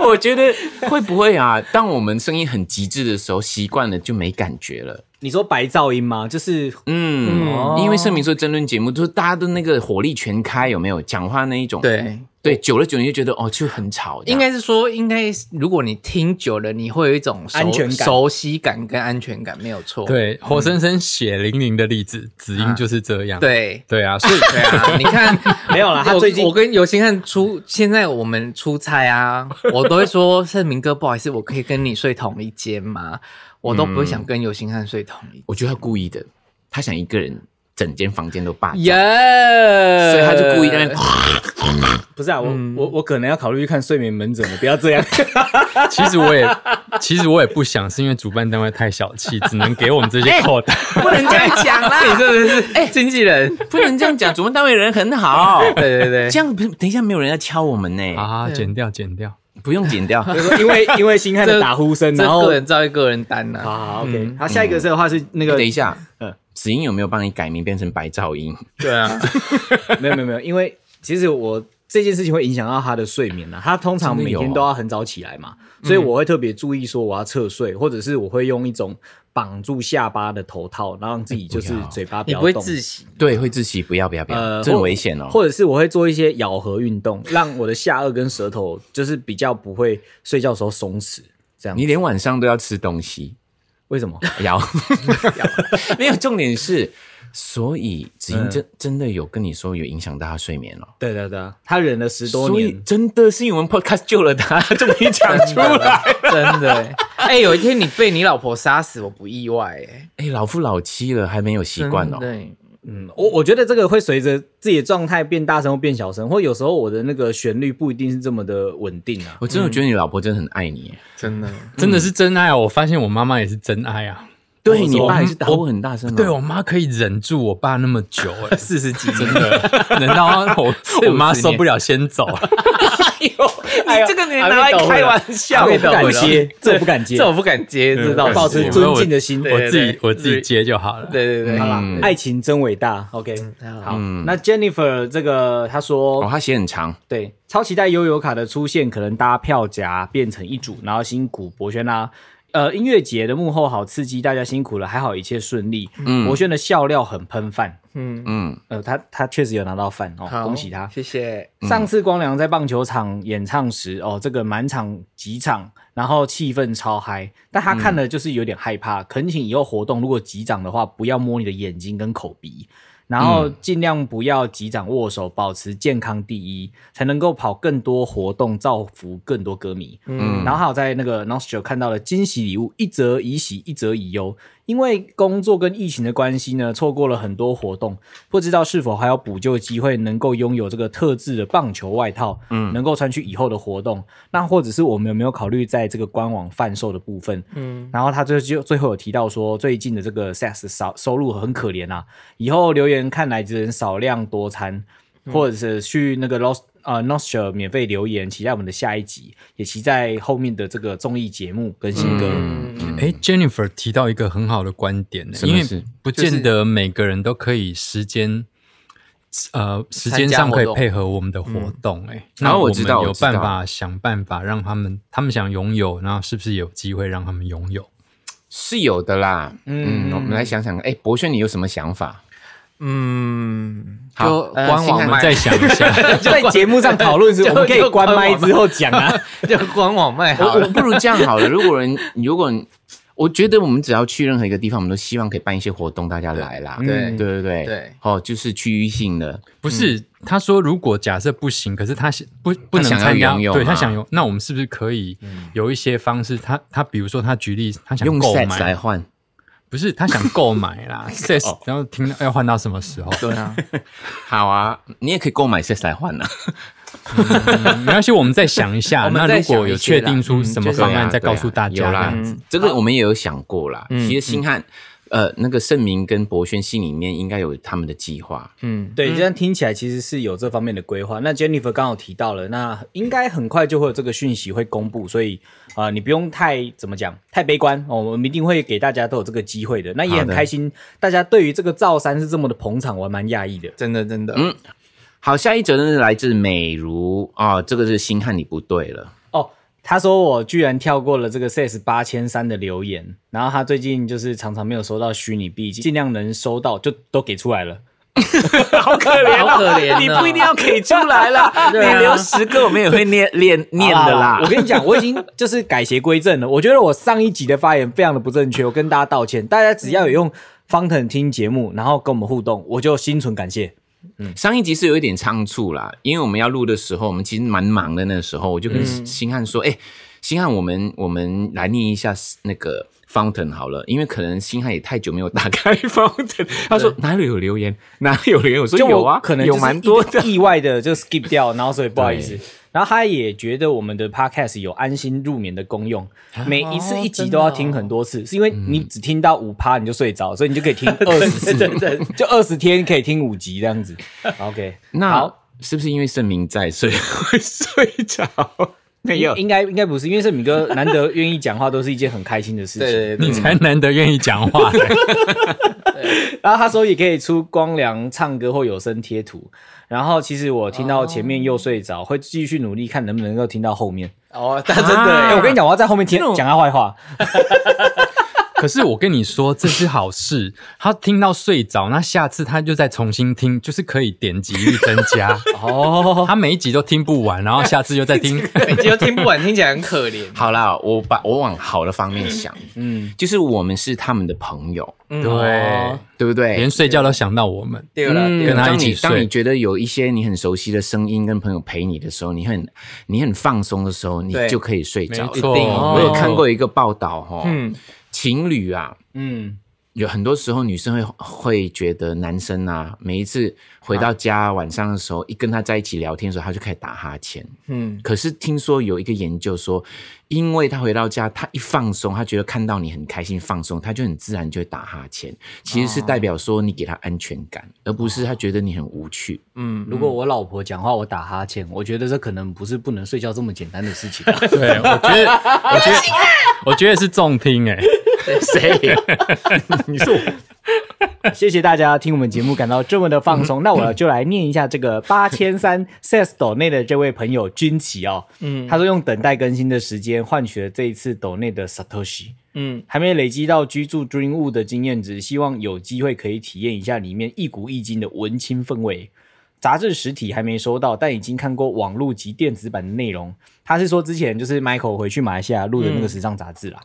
Speaker 2: 我觉得会不会啊？当我们声音很极致的时候，习惯了就没感觉了。
Speaker 4: 你说白噪音吗？就是
Speaker 2: 嗯，因为盛明说争论节目，就是大家的那个火力全开，有没有？讲话那一种，
Speaker 3: 对，
Speaker 2: 对，久了久了你就觉得哦，就很吵。这
Speaker 3: 应
Speaker 2: 样
Speaker 3: 该是说，应该是如果你听久了，你会有一种熟
Speaker 4: 安全感
Speaker 3: 熟悉感跟安全感，没有错。
Speaker 5: 对，活生生血淋淋的例子，子英就是这
Speaker 3: 嗯
Speaker 5: 样。
Speaker 3: 对
Speaker 5: 对啊，所以
Speaker 3: 对啊，你看
Speaker 4: 没 有啦他
Speaker 3: 我
Speaker 4: 最近
Speaker 3: 我跟尤星汉出，现在我们出差 啊，我都会说盛明哥，不好意思，我可以跟你睡同一间吗？我都不会
Speaker 4: 嗯
Speaker 3: 想跟尤星汉睡同一间。
Speaker 2: 我觉得他故意的，他想一个人整间房间都霸占，
Speaker 3: 耶、
Speaker 2: 所以他就故意在那 边。
Speaker 4: 不是啊？我我我可能要考虑去看睡眠门诊了，不要这样。
Speaker 5: 其实我也其实我也不想，是因为主办单位太小气，只能给我们这些扣 打。
Speaker 2: 不能这样讲 啦，
Speaker 3: 你真的是哎，经纪人，
Speaker 2: 不能这样讲。主办单位人很好，
Speaker 3: 对对对，
Speaker 2: 这样不是等一下没有人要敲我们
Speaker 3: 哎
Speaker 2: 呢，
Speaker 5: 啊，剪掉剪掉。
Speaker 2: 不用剪掉。
Speaker 4: 就是说因为因为星汉的打呼声，然
Speaker 3: 这
Speaker 4: 后啊
Speaker 3: 个人照一个人单啊呐、
Speaker 4: 好好 OK。好，下一个是的话是那个
Speaker 2: 等一下，子英有没有帮你改名变成白噪音？
Speaker 3: 对啊，
Speaker 4: 没有没有没有，因为其实我这件事情会影响到他的睡眠啊。他通常每
Speaker 2: 真的有
Speaker 4: 天
Speaker 2: 哦
Speaker 4: 都要很早起来嘛，所以我会特别注意说我要侧睡，或者是我会用一种绑住下巴的头套，然后让自己就是嘴巴不
Speaker 3: 你
Speaker 4: 要
Speaker 3: 不会
Speaker 4: 动。
Speaker 3: 窒息，
Speaker 2: 对，会窒息，不要不要不要，这很
Speaker 4: 或
Speaker 2: 危险哦。
Speaker 4: 或者是我会做一些咬合运动， 让我的下颚跟舌头就是比较不会睡觉的时候松弛。这样
Speaker 2: 你连晚上都要吃东西，
Speaker 4: 为什么？
Speaker 2: 摇没有重点是，所以子
Speaker 4: 嗯
Speaker 2: 英真真的有跟你说有影响到他睡眠了。
Speaker 4: 对对对啊，他忍了十多
Speaker 2: 所以
Speaker 4: 年，
Speaker 2: 真的是因为我们 podcast 救了他，终于讲出 来。
Speaker 3: 真的、欸。哎、有一天你被你老婆杀死，我不意外哎、
Speaker 2: 哎，老夫老妻了，还没有习惯哦。
Speaker 3: 对，
Speaker 4: 嗯我我觉得这个会随着自己的状态变大声或变小声，或有时候我的那个旋律不一定是这么的稳定啊。
Speaker 2: 我真的觉得你老婆真的很爱你，
Speaker 4: 嗯
Speaker 3: 真的。
Speaker 5: 真的是真爱啊！我发现我妈妈也是真爱啊。
Speaker 2: 对
Speaker 4: 我嗯
Speaker 2: 你
Speaker 4: 我
Speaker 2: 爸也是打呼很大声吗？哦
Speaker 5: 对我妈可以忍住我爸那么久、哎，
Speaker 3: 嗯 四十几，
Speaker 5: 真的 忍到我我妈受不了先走了。
Speaker 3: 哎呦，这个你拿来开玩笑，
Speaker 4: 这我不敢接，这我不 敢接，
Speaker 3: 这我不敢接，这倒是
Speaker 4: 保持尊敬的心。
Speaker 5: 我
Speaker 3: 对
Speaker 5: 自己
Speaker 3: 对
Speaker 5: 我自己接就好了。
Speaker 3: 对对对，嗯
Speaker 4: 好啦
Speaker 2: 嗯，
Speaker 4: 爱情真伟大。OK，好，那 Jennifer 这个她说
Speaker 2: 哦，他写很长，
Speaker 4: 对，超期待悠游卡的出现，可能搭票夹变成一组，然后辛苦博轩啦、呃，音乐节的幕后好刺激，大家辛苦了，还好一切顺利。
Speaker 2: 嗯
Speaker 4: 博轩的笑料很喷饭，
Speaker 3: 嗯，
Speaker 2: 嗯，
Speaker 4: 呃，他他确实有拿到饭哦，
Speaker 3: 好，
Speaker 4: 恭喜他。
Speaker 3: 谢谢。
Speaker 4: 上次光良在棒球场演唱时，哦，这个满场几场，然后气氛超嗨，但他看了就是有点害怕。恳请以后活动如果击掌的话，不要摸你的眼睛跟口鼻，然后尽量不要击掌握手，保持健康第一，才能够跑更多活动，造福更多歌迷。嗯，然后还有在那个 Nostro 看到了惊喜礼物，一则以喜，一则以忧，因为工作跟疫情的关系呢，错过了很多活动，不知道是否还有补救机会能够拥有这个特制的棒球外套，嗯，能够穿去以后的活动。那或者是我们有没有考虑在这个官网贩售的部分？嗯，然后他最就最后有提到说，最近的这个 SaaS 少收入很可怜啊，以后留言看来只能少量多餐，或者是去那个 Lost 呃 Nostra 免费留言，期待我们的下一集，也期待后面的这个综艺节目跟新歌。
Speaker 2: 嗯
Speaker 5: 哎，Jennifer 提到一个很好的观点呢，
Speaker 2: 什
Speaker 5: 因
Speaker 2: 么
Speaker 5: 为
Speaker 2: 事
Speaker 5: 不见得每个人都可以时间，呃，时间上可以配合我们的活动。哎、那
Speaker 2: 嗯然后我
Speaker 5: 们
Speaker 2: 知道
Speaker 5: 有
Speaker 2: 我知道
Speaker 5: 办法想办法让他们，他们想拥有，然后是不是有机会让他们拥有？
Speaker 2: 是有的啦。
Speaker 4: 嗯
Speaker 2: 嗯，我们来想想，哎，博轩，你有什么想法？
Speaker 3: 嗯，
Speaker 2: 好
Speaker 3: 就
Speaker 2: 呃
Speaker 3: 官
Speaker 2: 先
Speaker 3: 网
Speaker 5: 我
Speaker 2: 看
Speaker 5: 们
Speaker 3: 卖，
Speaker 5: 再想一下。
Speaker 4: 在节目上讨论时，
Speaker 3: 就
Speaker 4: 我们可以关麦之后讲啊。
Speaker 3: 就官网卖
Speaker 2: 我
Speaker 3: 好
Speaker 2: 我
Speaker 3: 了。
Speaker 2: 不如这样好了，如果人，如果你我觉得我们只要去任何一个地方，我们都希望可以办一些活动，大家来啦。
Speaker 3: 对
Speaker 2: 嗯对对对
Speaker 3: 对，
Speaker 2: 哦，就是区域性的，
Speaker 5: 不
Speaker 2: 嗯
Speaker 5: 是，他说如果假设不行，可是他想不不
Speaker 2: 他
Speaker 5: 能
Speaker 2: 想要
Speaker 5: 参加，
Speaker 2: 拥有啊
Speaker 5: 对
Speaker 2: 嘛
Speaker 5: 他想有，那我们是不是可以有一些方式？他他比如说他举例，他想
Speaker 2: 用
Speaker 5: 购
Speaker 2: sets 来哦
Speaker 5: 买，
Speaker 2: 换。
Speaker 5: 不是他想购买 啦，sets，然后听到要换到什么时候？
Speaker 3: 对啊，
Speaker 2: 好啊，你也可以购买 sets 来换啊。
Speaker 5: 嗯 没关系，我们再想一下。
Speaker 3: 我们
Speaker 5: 那
Speaker 3: 再
Speaker 5: 如
Speaker 3: 想
Speaker 5: 果有
Speaker 3: 一些啦
Speaker 5: 确定出
Speaker 3: 嗯
Speaker 5: 什么
Speaker 3: 就是
Speaker 5: 方案，
Speaker 2: 对啊
Speaker 5: 再告
Speaker 2: 对
Speaker 5: 诉
Speaker 2: 啊
Speaker 5: 大家。
Speaker 2: 有啦
Speaker 5: 嗯，
Speaker 2: 这嗯个我们也有想过啦。其实星汉，呃，那个盛明跟博轩心里面应该有他们的计划。
Speaker 3: 嗯，
Speaker 4: 对，这样听起来其实是有这方面的规划。那 Jennifer 刚好提到了，那应该很快就会有这个讯息会公布，所以啊、呃你不用太怎么讲，太悲观哦，我们一定会给大家都有这个机会的。那也
Speaker 2: 好
Speaker 4: 很
Speaker 2: 的
Speaker 4: 开心，大家对于这个赵三是这么的捧场，我还蛮讶异的。
Speaker 3: 真的真的，
Speaker 2: 嗯好，下一则呢是来自美如啊、这个是星汉你不对了。
Speaker 4: 哦，他说我居然跳过了这个 CS 八千三的留言，然后他最近就是常常没有收到虚拟币，尽量能收到就都给出来了。
Speaker 2: 好可怜、哦，
Speaker 3: 好可怜哦
Speaker 2: 你不一定要给出来 啦，
Speaker 3: 对啊
Speaker 2: 你留十个我们也会念念念的
Speaker 4: 好
Speaker 2: 啦
Speaker 4: 我。跟你讲，我已经就是改邪归正了。我觉得我上一集的发言非常的不正确，我跟大家道歉。大家只要有用方腾听节目，然后跟我们互动，我就心存感谢。
Speaker 2: 上一集是有一点仓促啦，因为我们要录的时候，我们其实蛮忙的。那时候我就跟星汉说：“哎、星汉，我们我们来念一下那个 Fountain 好了，因为可能星汉也太久没有打开 Fountain。”他说：“哪里有留言？哪里有留言？”我说：“
Speaker 4: 就
Speaker 2: 有
Speaker 4: 我
Speaker 2: 啊，
Speaker 4: 可能就
Speaker 2: 有
Speaker 4: 是
Speaker 2: 蛮多的。
Speaker 4: 意意外的就 skip 掉，然后所以不好意思
Speaker 2: 对。
Speaker 4: 然后他也觉得我们的 podcast 有安心入眠的功用，
Speaker 2: 啊
Speaker 4: 每一次一集都要听很多次，
Speaker 2: 哦
Speaker 4: 是因为你只听到五趴你就睡着，所以你就可 以听二十次，就二十天可以听五集这样子。OK，”
Speaker 2: 那
Speaker 4: 好
Speaker 2: 是不是因为盛明在，所以会睡着？ 没有
Speaker 4: 应，应该应该不是，因为盛敏哥难得愿意讲话，都是一件很开心的事情。
Speaker 3: 对对对
Speaker 5: 你才难得愿意讲话嘞。
Speaker 4: 然后他说也可以出光良唱歌或有声贴图。然后其实我听到前面又睡着，会继续努力看能不能够听到后面。
Speaker 3: 哦，他真的
Speaker 4: 哎、
Speaker 3: 欸，
Speaker 4: 我跟你讲，我要在后面听讲他坏话。
Speaker 3: 嗯
Speaker 5: 可是我跟你说，这是好事。他听到睡着，那下次他就再重新听，就是可以点击率增加。
Speaker 4: 哦，
Speaker 5: 他每一集都听不完，然后下次又再听。
Speaker 3: 每集都听不完，听起来很可怜。
Speaker 2: 好啦，我把我往好的方面想，
Speaker 4: 嗯，
Speaker 2: 就是我们是他们的朋友，
Speaker 3: 哦
Speaker 5: 对，
Speaker 2: 对不对？
Speaker 5: 连睡觉都想到我们。
Speaker 3: 嗯对了，
Speaker 2: 嗯
Speaker 5: 跟他
Speaker 2: 当
Speaker 5: 一起
Speaker 2: 你当
Speaker 5: 睡
Speaker 2: 你觉得有一些你很熟悉的声音跟朋友陪你的时候，你很你很放松的时候，你
Speaker 3: 对
Speaker 2: 就可以睡着了。
Speaker 5: 没错
Speaker 2: 一定
Speaker 5: 哦
Speaker 2: 我有看过一个报道哈、哦，
Speaker 3: 嗯
Speaker 2: 情侣啊，
Speaker 4: 嗯，
Speaker 2: 有很多时候女生会会觉得男生啊，每一次回到家晚上的时候，一跟他在一起聊天的时候，他就开始打哈欠。
Speaker 3: 嗯，
Speaker 2: 可是听说有一个研究说，因为他回到家，他一放松，他觉得看到你很开心放松，他就很自然就会打哈欠。其实是代表说你给他安全感，而不是他觉得你很无趣。
Speaker 3: 嗯
Speaker 4: 如果我老婆讲话我打哈欠，我觉得这可能不是不能睡觉这么简单的事情。啊
Speaker 5: 对，我觉得，我觉得，我觉得是重听哎、
Speaker 2: 谁？
Speaker 4: 谢谢大家听我们节目感到这么的放 松。那我就来念一下这个八千三 SES 斗内的这位朋友军旗哦，嗯，他说用等待更新的时间换取了这一次斗内的 Satoshi，嗯
Speaker 3: 嗯，
Speaker 4: 还没累积到居住 Dreamwood 的经验值，希望有机会可以体验一下里面一古一今的文青氛围。杂志实体还没收到，但已经看过网络及电子版的内容。他是说之前就是 Michael 回去马来西亚录的那个时尚杂志啦，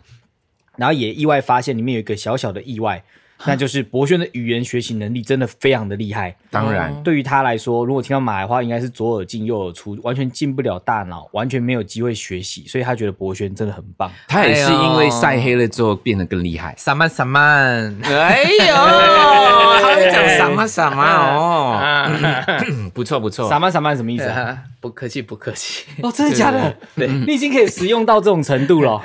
Speaker 4: 然后也意外发现里面有一个小小的意外，那就是博轩的语言学习能力真的非常的厉害。
Speaker 2: 当然，
Speaker 4: 对于他来说，如果听到马来话，应该是左耳进右耳出，完全进不了大脑，完全没有机会学习，所以他觉得博轩真的很棒。
Speaker 2: 他也是因为晒黑了之后变得更厉害。
Speaker 3: 散漫散漫，
Speaker 2: 哎 呦，
Speaker 3: 哎
Speaker 2: 他会讲什
Speaker 3: 啊
Speaker 2: 么什么 哦， 不错不错
Speaker 4: 傻。曼傻曼什么意思啊？
Speaker 3: 不客气不客 气。
Speaker 4: 哦，真的假的？对，你已经可以使用到这种程度 了。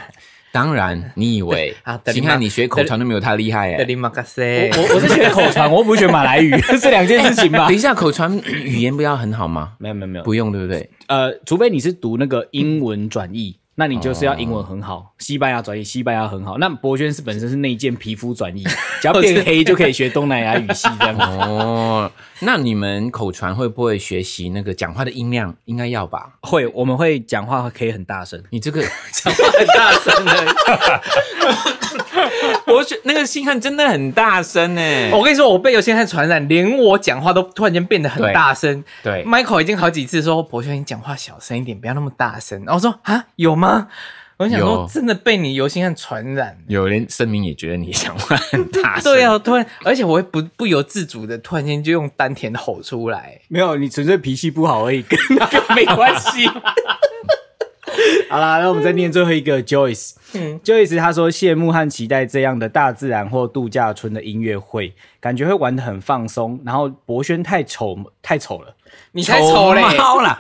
Speaker 2: 当然，你以为
Speaker 3: 啊？
Speaker 2: 你看你学口传都没有他厉害
Speaker 3: 德
Speaker 2: 哎。
Speaker 3: 里马卡塞，
Speaker 4: 我我是学口传，我不是学马 来语，这两件事情吧
Speaker 2: 等？一下，口传语言不要很好吗？
Speaker 4: 没有没有没有，
Speaker 2: 不用，对不对？
Speaker 4: 呃，除非你是读那个英文转译，那你就是要英文很好，西班牙转译西班牙很好。那博轩是本身是内建皮肤转 译，只要变黑就可以学东南亚语系这样子。
Speaker 2: 哦，那你们口传会不会学习那个讲话的音量？应该要吧？
Speaker 4: 会，我们会讲话可以很大声。
Speaker 2: 你这个
Speaker 3: 很大声的。
Speaker 2: 我觉那个星汉真的很大声哎
Speaker 3: 我跟你说，我被有些人传染，连我讲话都突然间变得很大声。
Speaker 2: 对对
Speaker 3: Michael 已经好几次说：“博轩，你讲话小声一点，不要那么大声。”然后我说：“啊，有吗？”我想说
Speaker 2: 有，
Speaker 3: 真的被你游星汉传染。
Speaker 2: 有人声明也觉得你讲话很大声。
Speaker 3: 对啊，突然，而且我会不不由自主的，突然间就用丹田吼出来。
Speaker 4: 没有，你纯粹脾气不好而已， 跟那个没关系。好啦，那我们再念最后一个 Joyce。嗯，Joyce 他说羡慕和期待这样的大自然或度假村的音乐会，感觉会玩得很放松。然后博轩太丑太丑 了，
Speaker 3: 你才丑嘞！
Speaker 2: 猫啦，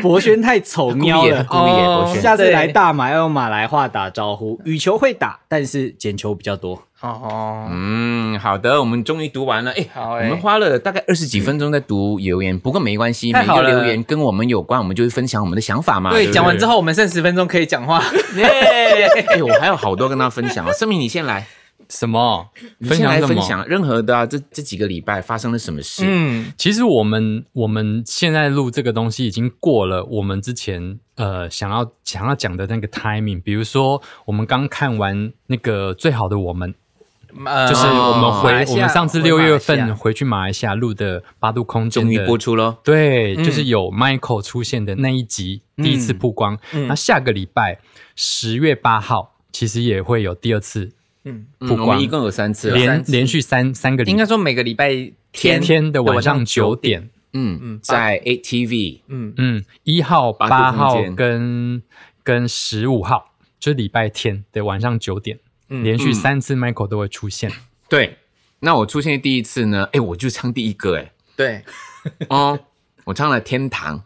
Speaker 4: 博轩太丑 喵
Speaker 2: 故意的
Speaker 4: 了，
Speaker 2: 故意的，
Speaker 3: 哦
Speaker 2: 我觉得
Speaker 4: 下次来大马要用马来话打招呼，羽球会打，但是捡球比较多。
Speaker 3: 哦，
Speaker 2: 嗯，好的，我们终于读完了。哎，
Speaker 3: 好
Speaker 2: 我
Speaker 3: 哎
Speaker 2: 们花了大概二十几分钟在读留言，不过没关系，
Speaker 3: 太
Speaker 2: 每
Speaker 3: 好
Speaker 2: 个
Speaker 3: 了
Speaker 2: 留言跟我们有关，我们就会分享我们的想法嘛。
Speaker 3: 对，
Speaker 2: 不
Speaker 3: 讲完之后我们剩十分钟可以讲话。
Speaker 2: 耶，哎，我还有好多跟他分享哦。盛明，你先来，
Speaker 5: 什么
Speaker 2: 你
Speaker 5: 分
Speaker 2: 先
Speaker 5: 享
Speaker 2: 来
Speaker 5: 什
Speaker 2: 分
Speaker 5: 么？
Speaker 2: 享任何的啊这这几个礼拜发生了什么事？
Speaker 3: 嗯，
Speaker 5: 其实我们我们现在录这个东西已经过了我们之前呃想要想要讲的那个 timing，比如说我们刚看完那个《最好的我们》，
Speaker 3: 呃
Speaker 5: 就是我们
Speaker 3: 马来
Speaker 5: 回
Speaker 3: 西
Speaker 5: 我
Speaker 3: 亚
Speaker 5: 们上次
Speaker 3: 回
Speaker 5: 六
Speaker 3: 马来
Speaker 5: 月
Speaker 3: 西亚
Speaker 5: 份回去马来西亚录的八度空间
Speaker 2: 终于
Speaker 5: 的
Speaker 2: 播出喽。
Speaker 5: 对，就是有 Michael 出现的那一集、第一次曝光。那下个礼拜十月八号，其实也会有第二次
Speaker 2: 嗯
Speaker 5: 曝
Speaker 2: 我
Speaker 5: 光
Speaker 2: 们一共有三次了，
Speaker 5: 连连续三三个礼
Speaker 3: 应该说每个礼拜
Speaker 5: 天
Speaker 3: 天
Speaker 5: 天的晚上九点，
Speaker 2: 嗯嗯，在 ATV
Speaker 5: 嗯，一号、
Speaker 2: 八度
Speaker 5: 八号
Speaker 2: 空间
Speaker 5: 跟跟十五号，就是礼拜天的晚上九点，连
Speaker 2: 嗯
Speaker 5: 续三次 Michael 都会出现。
Speaker 2: 对，那我出现第一次呢，哎，我就唱第一个，哎，
Speaker 3: 对，
Speaker 2: 哦， 我唱了《天堂》，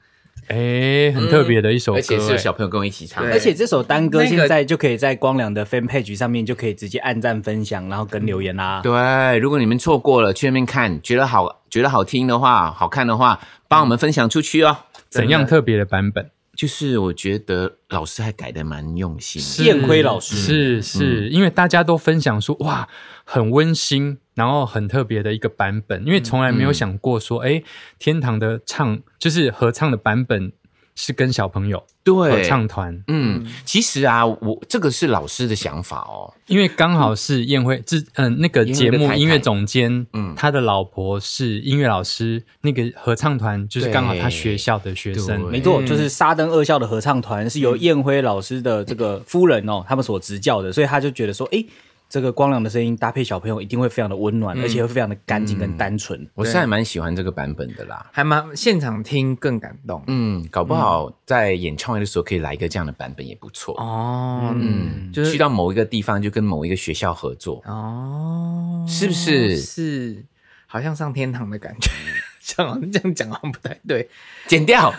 Speaker 5: 哎，很特别的一首歌，
Speaker 2: 而且是有
Speaker 5: 哎
Speaker 2: 小朋友跟我一起唱，
Speaker 3: 对
Speaker 4: 而且这首单歌
Speaker 3: 那个
Speaker 4: 现在就可以在光良的 fan page 上面就可以直接按赞分享，然后跟留言啦、
Speaker 2: 对，如果你们错过了，去那边看，觉得好，觉得好听的话，好看的话，帮我们分享出去哦。
Speaker 5: 怎样特别的版本？
Speaker 2: 就是我觉得老师还改的蛮用心的，
Speaker 4: 燕辉老师
Speaker 5: 是
Speaker 2: 嗯
Speaker 5: 是，因为大家都分享说哇，很温馨，然后很特别的一个版本，因为从来没有想过说，哎、天堂的唱就是合唱的版本是跟小朋友合
Speaker 2: 对，
Speaker 5: 唱团，
Speaker 2: 嗯，其实啊，我这个是老师的想法哦，
Speaker 5: 因为刚好是宴会之嗯、那个节
Speaker 2: 宴会的
Speaker 5: 目
Speaker 2: 太太
Speaker 5: 音乐总监，
Speaker 2: 嗯
Speaker 5: 嗯，他的老婆是音乐老师，那个合唱团就是
Speaker 2: 对
Speaker 5: 刚好他学校的学生，
Speaker 2: 对
Speaker 4: 没
Speaker 3: 嗯
Speaker 4: 错，就是沙登二校的合唱团是由燕辉老师的这个夫人哦，他们所执教的，所以他就觉得说，诶，这个光良的声音搭配小朋友一定会非常的温
Speaker 3: 嗯
Speaker 4: 暖，而且会非常的干净跟单纯。
Speaker 2: 我是还蛮喜欢这个版本的啦。
Speaker 3: 还蛮现场听更感动。
Speaker 2: 嗯，搞不好在演唱会的时候可以来一个这样的版本也不错。
Speaker 3: 哦，
Speaker 2: 嗯，
Speaker 3: 就是
Speaker 2: 去到某一个地方就跟某一个学校合作，
Speaker 5: 嗯
Speaker 3: 哦，
Speaker 2: 是不是
Speaker 3: 是，好像上天堂的感觉。 像这样讲好像不太对，
Speaker 2: 剪掉。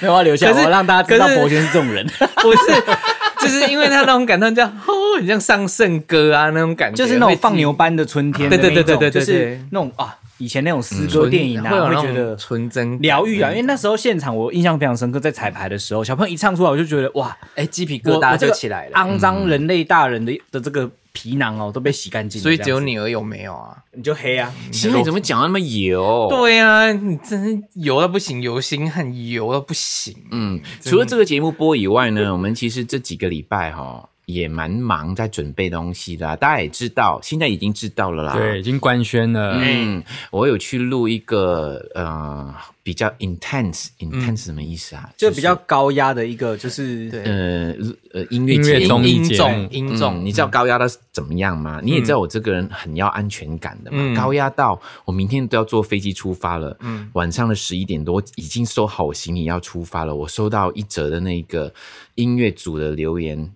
Speaker 4: 没有要留下，
Speaker 3: 可
Speaker 4: 我
Speaker 3: 是
Speaker 4: 要让大家知道
Speaker 3: 可是
Speaker 4: 博轩是这种人，
Speaker 3: 不是， 就是因为他那种感动叫，哦，很像上圣歌啊那种感觉，
Speaker 4: 就是那种
Speaker 3: 会
Speaker 4: 放牛班的春天的
Speaker 3: 对
Speaker 4: 那种，
Speaker 3: 对对对对对
Speaker 4: 就是
Speaker 3: 对
Speaker 4: 那种啊，以前那种诗
Speaker 3: 纯
Speaker 4: 歌电影啊，
Speaker 3: 会有
Speaker 4: 会
Speaker 3: 那
Speaker 4: 觉
Speaker 3: 种
Speaker 4: 得
Speaker 3: 嗯纯真感。
Speaker 4: 疗愈啊，因为那时候现场我印象非常深刻，在彩排的时候，小朋友一唱出来，我就觉得哇，
Speaker 3: 哎，鸡皮
Speaker 4: 我
Speaker 3: 疙瘩
Speaker 4: 我
Speaker 3: 就
Speaker 4: 这个啊
Speaker 3: 起来了。嗯
Speaker 4: 肮脏人类大人的的这个皮囊哦，都被洗干净了，
Speaker 3: 所以只有
Speaker 4: 这样
Speaker 3: 你而有没有啊？
Speaker 4: 子，你就黑啊，
Speaker 2: 现在怎么讲得那么油？
Speaker 3: 对啊，你真是油到不行，油心很油到不行。
Speaker 2: 嗯，除了这个节目播以外呢，我们其实这几个礼拜哈、也蛮忙在准备东西的啊、大家也知道，现在已经知道了啦。
Speaker 5: 对，已经官宣了。
Speaker 2: 嗯，我有去录一个呃比较 intense intense 什么意思啊？
Speaker 4: 就比较高压的一个，就是
Speaker 3: 对
Speaker 2: 呃呃音乐
Speaker 5: 音乐
Speaker 2: 节
Speaker 5: 综艺
Speaker 3: 音
Speaker 5: 节
Speaker 3: 综音
Speaker 2: 重，
Speaker 3: 综，
Speaker 2: 你知道高压到怎么样吗？你也知道我这个人很要安全感的嘛，
Speaker 3: 嗯
Speaker 2: 高压到我明天都要坐飞机出发了，
Speaker 3: 嗯
Speaker 2: 晚上的十一点多已经收好我行李要出发了。我收到一则的那个音乐组的留言，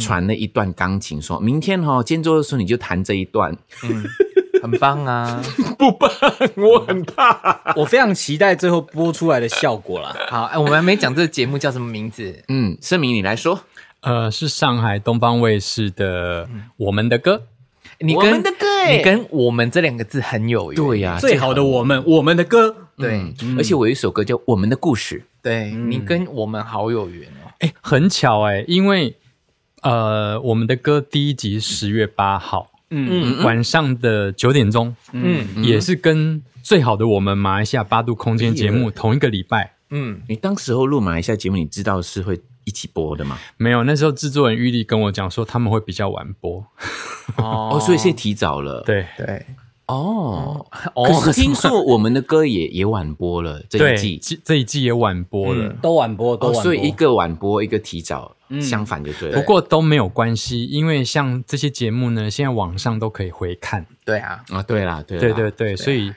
Speaker 2: 传了一段钢琴说，明天哈、哦、间奏的时候你就弹这一段，嗯
Speaker 3: 很棒 啊！
Speaker 2: 我很怕。
Speaker 4: 我非常期待最后播出来的效果啦。
Speaker 3: 好，哎，我们还没讲这个节目叫什么名字，
Speaker 2: 嗯，盛明你来说，
Speaker 5: 呃，是上海东方卫视的《我们的歌
Speaker 3: 你
Speaker 2: 我
Speaker 3: 跟
Speaker 2: 们的歌
Speaker 4: 欸
Speaker 2: 哎
Speaker 3: 你跟我们这两个字很有缘，
Speaker 2: 对呀、
Speaker 4: 最好的我们，我们的歌，
Speaker 3: 对
Speaker 2: 嗯而且我有一首歌叫《我们的故事》。
Speaker 3: 对，
Speaker 4: 嗯
Speaker 3: 你跟我们好有缘哦。》
Speaker 5: 哎，很巧哎、因为呃，《我们的歌》第一集十月八号，
Speaker 4: 嗯，
Speaker 5: 晚上的九点钟，
Speaker 3: 嗯
Speaker 5: 也是跟《最好的我们》马来西亚八度空间节目同一个礼拜。
Speaker 3: 嗯，
Speaker 2: 你当时候录马来西亚节目，你知道是会一起播的吗？
Speaker 5: 没有，那时候制作人玉丽跟我讲说他们会比较晚播。
Speaker 2: 哦，所以是提早了。
Speaker 5: 对，
Speaker 3: 对，
Speaker 2: 哦，
Speaker 3: 哦
Speaker 2: 可是听说我们的歌也也晚播了这
Speaker 5: 对，
Speaker 2: 一季，
Speaker 5: 这这一季也晚播了。
Speaker 4: 都晚播，都
Speaker 2: 哦，
Speaker 4: 晚播。
Speaker 2: 所以一个晚播，一个提早，相反就对了。
Speaker 5: 不过都没有关系，因为像这些节目呢，现在网上都可以回看。
Speaker 3: 对啊，
Speaker 2: 啊，对啦，对啦，
Speaker 5: 对对对，所以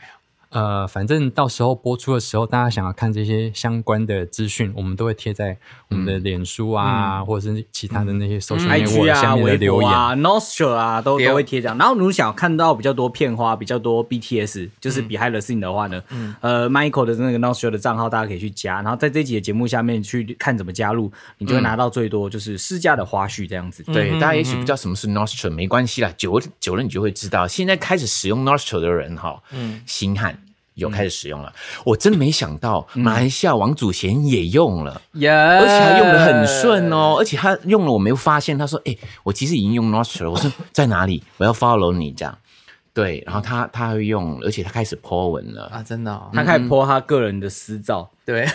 Speaker 5: 呃，反正到时候播出的时候，大家想要看这些相关的资讯，我们都会贴在我们的脸书啊，或者是其他的那些 social
Speaker 4: IG
Speaker 5: network 嗯下
Speaker 4: 啊、
Speaker 5: 面的
Speaker 4: 微
Speaker 5: 留
Speaker 4: 博
Speaker 5: 言。
Speaker 4: 啊、Nostra 啊，都
Speaker 3: 对
Speaker 4: 都会贴这样。然后如果想看到比较多片花、比较多 BTS，就是 Behind the Scene 的话呢，呃，Michael 的那个 Nostra 的账号大家可以去加，然后在这集的节目下面去看怎么加入，你就会拿到最多就是私家的花絮这样子。
Speaker 2: 对，嗯大家也许不知道什么是 Nostra，没关系啦，久了久了你就会知道。现在开始使用 Nostra 的人哈，嗯，星汉有开始使用了。我真没想到马来西亚王祖贤也用了。
Speaker 3: 耶，
Speaker 2: 而
Speaker 3: 而
Speaker 2: 且他用的很顺。哦，而且他用了我没有发现，他说：“哎、我其实已经用 Nostra，了我说在哪里？我要 follow 你这样。”对，然后他他会用，而且他开始 po 文了。
Speaker 3: 啊，真的、哦，
Speaker 4: 他开始 po 他个人的私照，
Speaker 3: 对，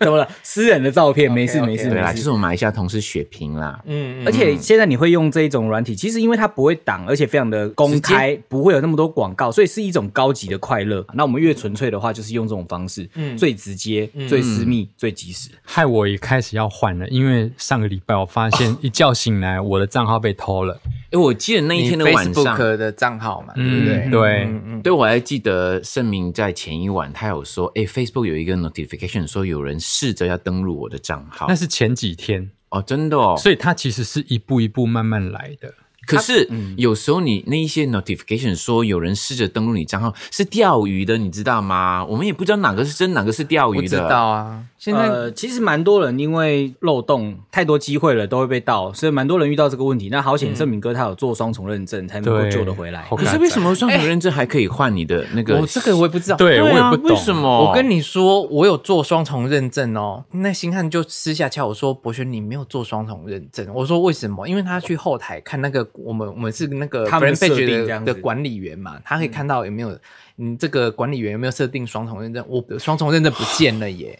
Speaker 4: 怎么了？私人的照片，没事
Speaker 3: OK，OK，
Speaker 4: 没事
Speaker 2: 对啦，
Speaker 4: 没
Speaker 2: 就
Speaker 4: 事。
Speaker 2: 是我们马来西亚同事雪萍啦，
Speaker 3: 嗯，
Speaker 4: 而且现在你会用这一种软体，其实因为它不会挡，而且非常的公开，不会有那么多广告，所以是一种高级的快乐。那我们越纯粹的话，就是用这种方式，最直接、最私密、最及时。
Speaker 5: 害我也开始要换了，因为上个礼拜我发现一觉醒来，我的账号被偷了。
Speaker 2: 哎，我记得那一
Speaker 3: 你
Speaker 2: 天的晚上，
Speaker 3: Facebook 的账号嘛，对
Speaker 5: 嗯
Speaker 3: 不对？
Speaker 5: 对
Speaker 3: 嗯嗯，
Speaker 2: 对我还记得盛明在前一晚他有说，哎，Facebook 有一个 notification 说有人试着要登录我的账号
Speaker 5: 那，是前几天，
Speaker 2: 哦，真的哦。
Speaker 5: 所以它其实是一步一步慢慢来的。
Speaker 2: 可是
Speaker 3: 嗯
Speaker 2: 有时候你那一些 notification 说有人试着登录你账号是钓鱼的，你知道吗？我们也不知道哪个是真，哪个是钓
Speaker 3: 不
Speaker 2: 鱼
Speaker 3: 知
Speaker 2: 的。
Speaker 3: 道啊，现在、
Speaker 4: 呃，其实蛮多人因为漏洞太多机会了，都会被盗，所以蛮多人遇到这个问题。那好险，盛敏哥他有做双重认证，才能够
Speaker 5: 对，
Speaker 4: 救得回来。
Speaker 5: 好
Speaker 2: 可
Speaker 5: 感
Speaker 2: 是为什么双重认证还可以换你的那个？
Speaker 3: 哎我这个我也不哦知道。
Speaker 5: 对我也
Speaker 2: 啊
Speaker 5: 不懂
Speaker 2: 为什么。
Speaker 3: 我跟你说，我有做双重认证哦。那星汉就私下敲我说：“博轩，你没有做双重认证。”我说：“为什么？因为他去后台看那个我们我们是那个
Speaker 4: 他们的
Speaker 3: friend
Speaker 4: 设定这
Speaker 3: page
Speaker 4: 样
Speaker 3: 的
Speaker 4: 子嗯
Speaker 3: 的管理员嘛，他可以看到有没有你这个管理员有没有设定双重认证。我的双重认证不见了 耶！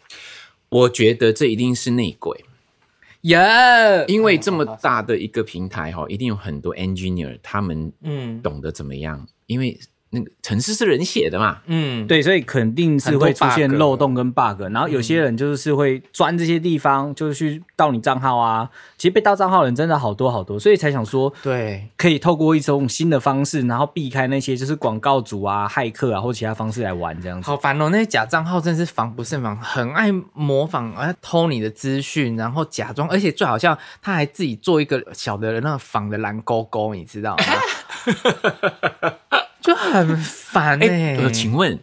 Speaker 2: 我觉得这一定是内鬼，
Speaker 3: 耶，呃
Speaker 2: 因为这么大的一个平台哈，一定有很多 engineer 他们
Speaker 3: 嗯
Speaker 2: 懂得怎么样，因为那个程式是人写的嘛。
Speaker 3: 嗯，
Speaker 4: 对，所以肯定是会出
Speaker 3: 很多
Speaker 4: 现
Speaker 3: bug 嗯
Speaker 4: 漏洞跟 bug，然后有些人就是会钻这些地方，就是去盗你账号啊。其实被盗账号的人真的好多好多，所以才想说，
Speaker 3: 对，
Speaker 4: 可以透过一种新的方式，然后避开那些就是广告主啊、骇客啊或其他方式来玩这样子。
Speaker 3: 好烦哦！那些假账号真是防不胜防，很爱模仿，啊，偷你的资讯，然后假装，而且最好笑，他还自己做一个小的那个仿的蓝勾勾，你 知道吗？就很烦哎、
Speaker 2: 哎、呃请问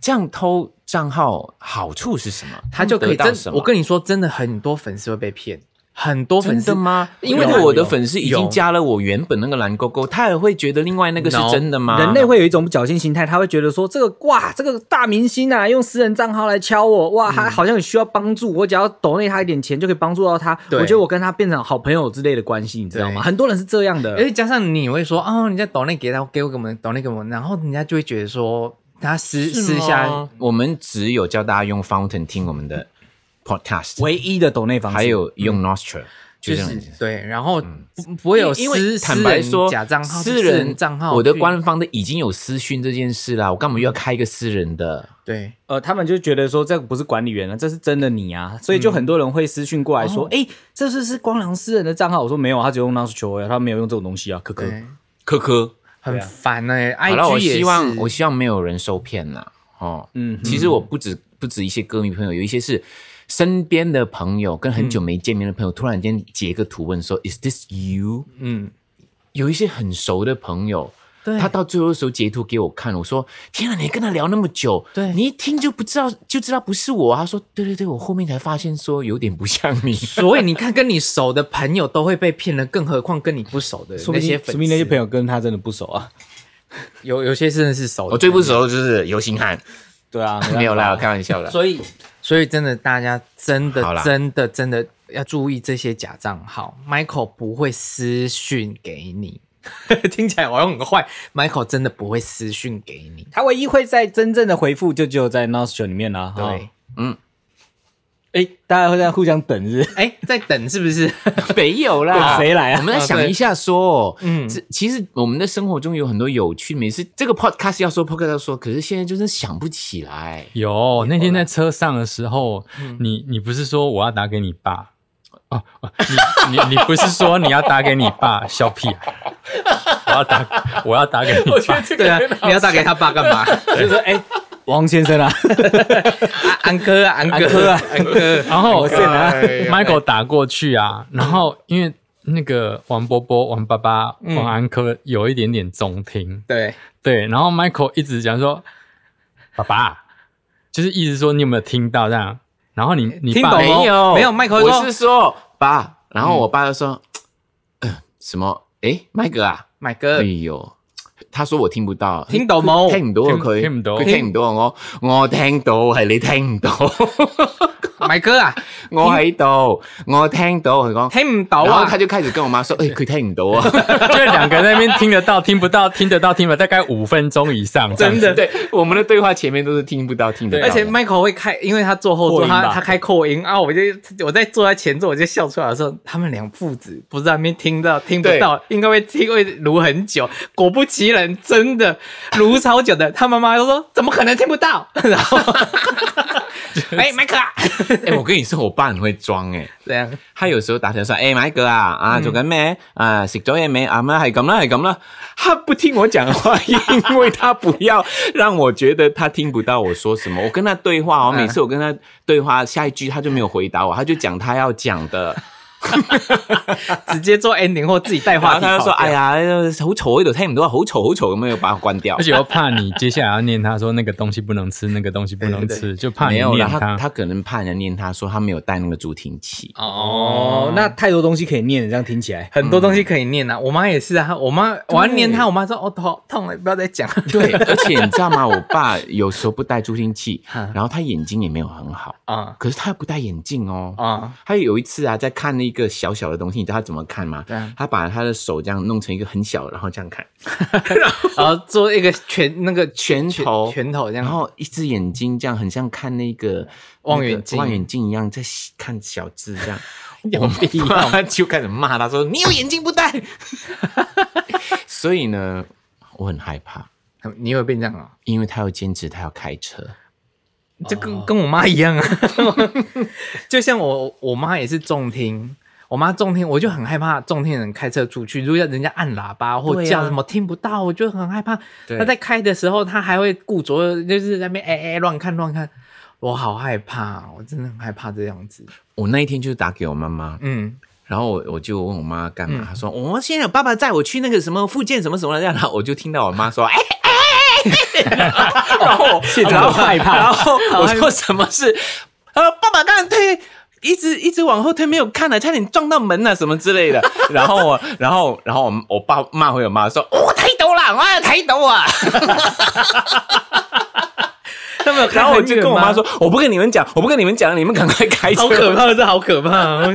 Speaker 2: 这样偷账号好处是什么？
Speaker 3: 他就可
Speaker 2: 得
Speaker 3: 以
Speaker 2: 到
Speaker 3: 真
Speaker 2: 什，么？
Speaker 3: 我跟你说，真的很多粉丝会被骗，很多粉
Speaker 2: 真
Speaker 3: 丝
Speaker 2: 的？吗？因
Speaker 3: 有
Speaker 2: 为
Speaker 3: 啊
Speaker 2: 我的
Speaker 3: 有
Speaker 2: 粉丝已
Speaker 3: 有
Speaker 2: 经加了我原本那个蓝勾勾，他也会觉得另外那个是
Speaker 3: No，
Speaker 2: 真的吗？
Speaker 4: 人类会有一种侥幸心态，他会觉得说这个哇，这个大明星啊，用私人账号来敲我，
Speaker 3: 嗯
Speaker 4: 哇，他好像很需要帮助，我只要抖内他一点钱就可以帮助到他。我
Speaker 3: 对
Speaker 4: 觉得我跟他变成好朋友之类的关系，你知道吗？
Speaker 3: 对
Speaker 4: 很多人是这样
Speaker 3: 而
Speaker 4: 的。
Speaker 3: 且加上你会说哦，你在抖内给他给我给我们抖内给我们，然后人家就会觉得说他私私下
Speaker 2: 我们只有教大家用 Fountain 听我们的 podcast，
Speaker 4: 唯一的抖内方式，
Speaker 2: 还有用 Nostra，
Speaker 3: 嗯
Speaker 2: 就这
Speaker 3: 就是
Speaker 2: 样
Speaker 3: 对，然后
Speaker 2: 嗯
Speaker 3: 不不会有
Speaker 2: 因为
Speaker 3: 私
Speaker 2: 坦白说，
Speaker 3: 私人假账号、
Speaker 2: 私
Speaker 3: 人
Speaker 2: 人
Speaker 3: 账号去，
Speaker 2: 我的官方的已经有私讯这件事啦，我干嘛又要开一个私人的？
Speaker 3: 对
Speaker 4: 呃，他们就觉得说这个不是管理员了，这是真的你啊，所以就很多人会私讯过来说，哎、这是是光良私人的账号。我说没有，啊他只用 n a s 球他没有用这种东西啊，可可。
Speaker 3: 对，
Speaker 2: 科科，
Speaker 3: 很烦呢。
Speaker 2: 好了，我
Speaker 3: IG 也
Speaker 2: 希望
Speaker 3: 是
Speaker 2: 我希望没有人受骗啦。哦，
Speaker 4: 嗯，
Speaker 2: 其实我不止不止一些歌迷朋友，有一些是身边的朋友，跟很久没见面的朋友，突然间截个图问说：“Is this you？”
Speaker 3: 嗯，
Speaker 2: 有一些很熟的朋友，
Speaker 3: 对，
Speaker 2: 他到最后的时候截图给我看，我说：“天啊，你跟他聊那么久，
Speaker 3: 对
Speaker 2: 你一听就不知道就知道不是我啊。”他说：“对对对，我后面才发现说有点不像你。
Speaker 3: 所以你看，跟你熟的朋友都会被骗了，更何况跟你不熟的
Speaker 4: 说
Speaker 3: 那
Speaker 4: 不定
Speaker 3: 些
Speaker 4: 说
Speaker 3: 粉
Speaker 4: 不定那些
Speaker 3: 丝，
Speaker 4: 朋友跟他真的不熟啊。
Speaker 3: 有有些真的是熟 的，
Speaker 2: 我最不熟的就是游星汉，
Speaker 4: 对啊，
Speaker 2: 没有啦，
Speaker 4: 办
Speaker 2: 我
Speaker 4: 法
Speaker 2: 开玩笑啦。
Speaker 3: 所以，所以真的，大家真的
Speaker 2: 好啦
Speaker 3: 真的真的要注意这些假账号。Michael 不会私讯给你， 听起来好像很坏。Michael 真的不会私讯给你。
Speaker 4: 他唯一会在真正的回复，就只有在 n a s 球里面啦、
Speaker 3: 对，
Speaker 4: 哈
Speaker 3: 哎、
Speaker 4: 哎、大家会在互相 等日，
Speaker 3: 哎在等是不是？
Speaker 2: 没有
Speaker 4: 等
Speaker 2: 啦，
Speaker 4: 谁来
Speaker 2: 我
Speaker 4: 啊？
Speaker 2: 们来想一下说，
Speaker 3: 嗯
Speaker 2: 嗯，这其实我们的生活中有很多有趣，每次这个 podcast 要说 podcast 要说，可是现在就是想不起来。
Speaker 5: 有那天在车上的时候，你你不是说我要打给你爸？哦，哦你你你不是说你要打给你 爸？小屁孩，我要打我要打给你爸。
Speaker 3: 对啊，你要打给他爸干嘛？
Speaker 4: 就说哎、 王先 生啊，
Speaker 3: 啊安哥啊，安
Speaker 4: 安哥啊
Speaker 3: 安哥，
Speaker 5: 然后呃
Speaker 4: 我是啊
Speaker 5: Michael 打过去啊，然后因为那个王波波、王爸爸、王安科有一点点中听，
Speaker 3: 对，
Speaker 5: 对，然后 Michael 一直讲说：“爸爸，就是一直说你有没有听到这样？”然后你你
Speaker 3: 听
Speaker 5: 爸
Speaker 3: 懂
Speaker 2: 没
Speaker 3: 哦
Speaker 2: 有
Speaker 3: 没有，Michael
Speaker 2: 我
Speaker 3: 说嗯
Speaker 2: 是说爸，然后我爸就说，呃什么？诶，麦哥啊，
Speaker 3: 买
Speaker 2: 哎
Speaker 3: 哥
Speaker 2: 呦，他說我聽不到，
Speaker 3: 聽呃到冇
Speaker 2: 聽唔到啊
Speaker 5: 聽
Speaker 2: 佢，
Speaker 5: 聽唔到
Speaker 2: 佢聽唔到啊！我我聽到係你聽唔到，
Speaker 3: 买哥啊，
Speaker 2: 我喺度，我聽到佢講，
Speaker 3: 听唔到
Speaker 2: 然後
Speaker 3: 啊
Speaker 2: 他，就開始跟我媽 說，诶，佢聽唔到啊！
Speaker 5: 就是两个在那边听得到、听不到、听得到、听不到，大概五分钟以上。
Speaker 3: 真的。
Speaker 2: 对，我們的對話前面都是聽不到、聽得到
Speaker 3: 而
Speaker 2: 的，
Speaker 3: 且 Michael 会开，因为他坐后座，
Speaker 4: 扩音吧
Speaker 3: 他他开扩音啊，我就我在坐在前座，我就笑出来的时候，他们两父子不知道那边听到听不到，应该会听会撸很久。果不其然，真的撸超久的。他妈妈就说：“怎么可能听不到？” 然后，哎，麦克啊，
Speaker 2: 诶，我跟你說，我爸很會裝诶。
Speaker 3: 这样
Speaker 2: 他有時候打電話說：，誒、欸，買哥啊，啊做緊咩？啊食咗嘢未？啊咩係咁啦，係咁啦。他不聽我講話， 因為他不要讓我覺得他聽不到我說什麼。我跟他對話哦，每次我跟他對話，下一句他就沒有回答我，他就講他要講的，
Speaker 3: 直接做 ending 或自己带
Speaker 2: 然
Speaker 3: 话
Speaker 2: 後
Speaker 3: 题
Speaker 2: 他就說：，
Speaker 3: 跑掉
Speaker 2: 哎呀，好嘈喺度，聽唔到啊，好嘈好嘈咁樣，又把我關掉
Speaker 5: 而。且又怕你接下来要念他说那个东西不能吃，那个东西不能吃，就怕你
Speaker 2: 沒有
Speaker 5: 念
Speaker 2: 啦，他他可能怕人家念他说他沒有帶那個助聽器。
Speaker 4: 哦，那太多东西可以念了，这样听起来。
Speaker 3: 很多东西可以念啊。我妈也是啊，我妈我要念她，我妈说：“哦，头痛了，不要再讲。”
Speaker 2: 對，而且你知道嗎？我爸有時候不戴助聽 器
Speaker 3: 哈，
Speaker 2: 然後他眼睛也沒有很好，
Speaker 3: 啊
Speaker 2: 可是他不戴眼鏡哦。
Speaker 3: 啊，
Speaker 2: 他有一次啊，在看那个小小的东西，你知道他怎么看吗？
Speaker 3: 对啊
Speaker 2: 他把他的手这样弄成一个很小，然后这样看，
Speaker 3: 然后做一个拳那个
Speaker 2: 拳头
Speaker 3: 拳头这样
Speaker 2: 然。后一只眼睛这样，很像看那个
Speaker 3: 望远镜
Speaker 2: 那个望远镜一样，在看小字这样。 我妈就开始骂他说：“你有眼睛不戴。” 所以呢，我很害怕，
Speaker 3: 你有变这样啊、
Speaker 2: 因为他要兼职，他要开车。
Speaker 3: 就跟、跟我妈一样啊， 就像我我妈也是重听，我妈重听，我就很害怕重听的人开车出去，如果人家按喇叭或
Speaker 2: 对啊
Speaker 3: 叫什么、听不到，我就很害怕。
Speaker 2: 对
Speaker 3: 她在开的时候，她还会顾着就是在那边哎哎乱看乱看，我好害怕，我真的很害怕这样子。
Speaker 2: 我那一天就打给我妈妈，
Speaker 3: 嗯，
Speaker 2: 然后我我就问我妈干
Speaker 4: 嗯
Speaker 2: 嘛，她说我、哦、现在有爸爸载我去那个什么附件什么什么的，然后我就听到我妈说，哎哎， 然后
Speaker 4: 现在好害怕
Speaker 2: 然后我说什么事？呃，爸爸刚才推。一直一直往后推，没有看了，差点撞到门了、啊什么之类的。 然后我，然后，然后我我爸骂回我妈说：“我抬头啦，我要抬头 啊！”
Speaker 3: 他们有开
Speaker 2: 然后我
Speaker 3: 很
Speaker 2: 就
Speaker 3: 远
Speaker 2: 跟我
Speaker 3: 吗
Speaker 2: 妈说：“我不跟你们讲，我不跟你们讲，你们赶快开车。”
Speaker 3: 好可 怕，这好可怕，我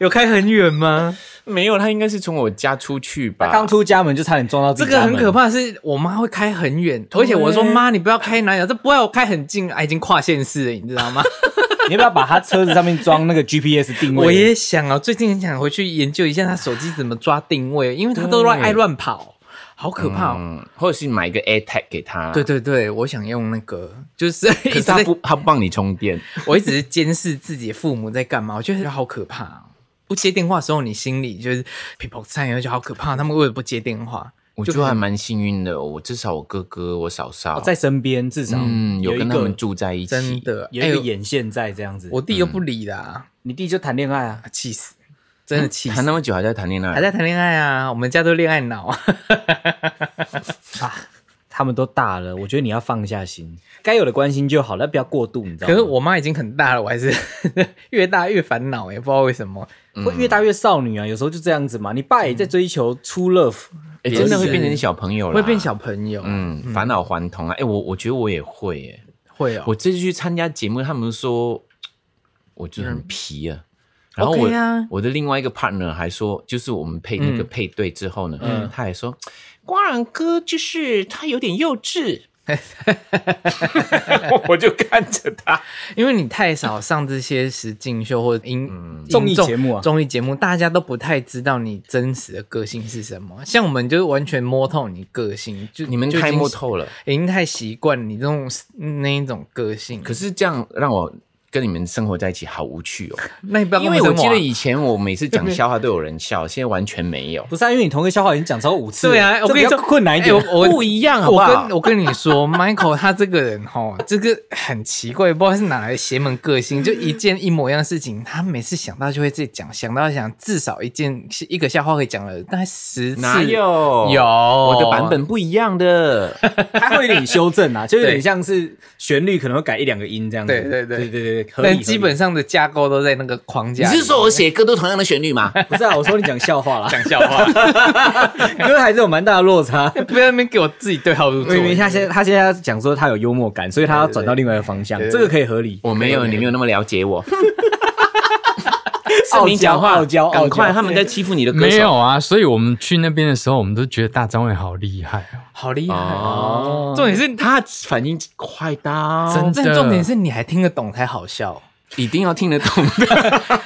Speaker 3: 有开很远吗？
Speaker 2: 没有，他应该是从我家出去吧。
Speaker 4: 他刚出家门就差点撞到自
Speaker 3: 啊这
Speaker 4: 己
Speaker 3: 个
Speaker 4: 家
Speaker 3: 很
Speaker 4: 门
Speaker 3: 可。怕，是我妈会开哎很远，而且我说妈，你不要开南洋，这不要我开很近，啊，已经跨县市了，你知道吗？
Speaker 4: 你要不要把他车子上面装那个 GPS 定位？
Speaker 3: 我也想啊，最近很想回去研究一下他手机怎么抓定位，因为他都乱
Speaker 2: 对
Speaker 3: 爱乱跑，好可怕、哦。
Speaker 2: 嗯，或者是买一个 AirTag 给他，
Speaker 3: 对，对对，我想用那个，就是
Speaker 2: 可
Speaker 3: 一直
Speaker 2: 是他
Speaker 3: 在
Speaker 2: 不，他不帮你充电，
Speaker 3: 我一直监视自己父母在干嘛，我觉得好可怕、哦。不接电话的时候，你心里就是 people 菜，而且好可怕。他们为了不接电话，
Speaker 2: 我就还蛮幸运的，我至少我哥哥、我嫂嫂
Speaker 4: 哦在身边，至少
Speaker 2: 嗯有
Speaker 4: 有
Speaker 2: 跟
Speaker 4: 一
Speaker 2: 他
Speaker 4: 个
Speaker 2: 们住在一起，
Speaker 3: 真的，
Speaker 4: 有一个
Speaker 3: 哎
Speaker 4: 眼线在这样子。
Speaker 3: 我弟又不理啦，
Speaker 4: 你弟就谈恋爱啊？
Speaker 3: 啊气死，真的气
Speaker 2: 谈
Speaker 3: 死。
Speaker 2: 那么久还在谈恋爱，
Speaker 3: 还在谈恋爱啊，我们家都恋爱脑啊。
Speaker 4: 他们都大了，我觉得你要放下心，该有的关心就好了，不要过度，你知道
Speaker 3: 可
Speaker 4: 吗？
Speaker 3: 是我妈已经很大了，我还是 越大越烦恼哎，不知道为什么。
Speaker 4: 会越大越少女啊，有时候就这样子嘛。你爸也在追求 true love，
Speaker 2: 哎真的会变成小朋友了，
Speaker 3: 会变小朋友，
Speaker 2: 嗯，返老还童啊！哎、我我觉得我也会耶、
Speaker 3: 会哦。
Speaker 2: 我这次去参加节目，他们说我就很皮啊。然后我、
Speaker 3: OK 啊
Speaker 2: 我的另外一个 partner 还说，就是我们配那个
Speaker 3: 嗯
Speaker 2: 配对之后呢，
Speaker 4: 嗯
Speaker 2: 他还说瓜然哥就是他有点幼稚，我就看着他，
Speaker 3: 因为你太少上这些实境秀或者音
Speaker 2: 嗯
Speaker 3: 音
Speaker 4: 综艺节目啊
Speaker 3: 综艺节目大家都不太知道你真实的个性是什么。像我们就是完全摸透你个性，就
Speaker 2: 你们
Speaker 3: 就已经
Speaker 2: 太摸透了。
Speaker 3: 已经太习惯你这种那一种个性。
Speaker 2: 可是这样让我跟你们生活在一起好无趣哦，
Speaker 3: 那你不要跟
Speaker 2: 因为我
Speaker 3: 我生
Speaker 2: 记
Speaker 3: 活啊
Speaker 2: 得以前我每次讲笑话 都有人笑，现在完全没有。
Speaker 4: 不是、啊、因为你同一个笑话已经讲超过五次了，
Speaker 3: 对啊，我
Speaker 4: 这
Speaker 3: 跟你
Speaker 4: 比
Speaker 3: 说
Speaker 4: 较困难一点。
Speaker 3: 哎我我
Speaker 2: 不一样好不好
Speaker 3: 我跟我跟你说，Michael 他这个人哈，这个很奇怪，不知道是哪来的邪门个性，就一件一模一样的事情，他每次想到就会自己讲，想到想至少一件是一个笑话可以讲了大概十次。
Speaker 2: 哪有
Speaker 3: 有
Speaker 2: 我的版本不一样的。
Speaker 4: 他会有点修正啊，就有
Speaker 3: 对
Speaker 4: 点像是旋律可能会改一两个音这样子。
Speaker 3: 对对对
Speaker 4: 对对对，合理
Speaker 3: 但基本上的架构都在那个框
Speaker 2: 你
Speaker 3: 架里。
Speaker 2: 是说我写歌都同样的旋律吗？
Speaker 4: 合理不是啊，我说你讲笑话啦，
Speaker 3: 讲笑话？
Speaker 4: 因为还是有蛮大的落差。
Speaker 3: 不要在那边给我自己对号入座。
Speaker 4: 明明他现在他现在讲说他有幽默感，所以他要转到另外一个方向，这个可以合理。
Speaker 2: 我没有，你没有那么了解我。
Speaker 4: 傲
Speaker 2: 是你讲话，
Speaker 4: 傲娇傲娇
Speaker 2: 啊赶快，他们在欺负你的歌手。
Speaker 5: 没有啊，所以我们去那边的时候，我们都觉得大张伟好厉害哦。
Speaker 3: 好厉害哦！
Speaker 2: 哦，
Speaker 3: 重点是他
Speaker 2: 他反应快到，
Speaker 5: 真的
Speaker 3: 重点是你还听得懂才好笑，
Speaker 2: 一定要听得懂的。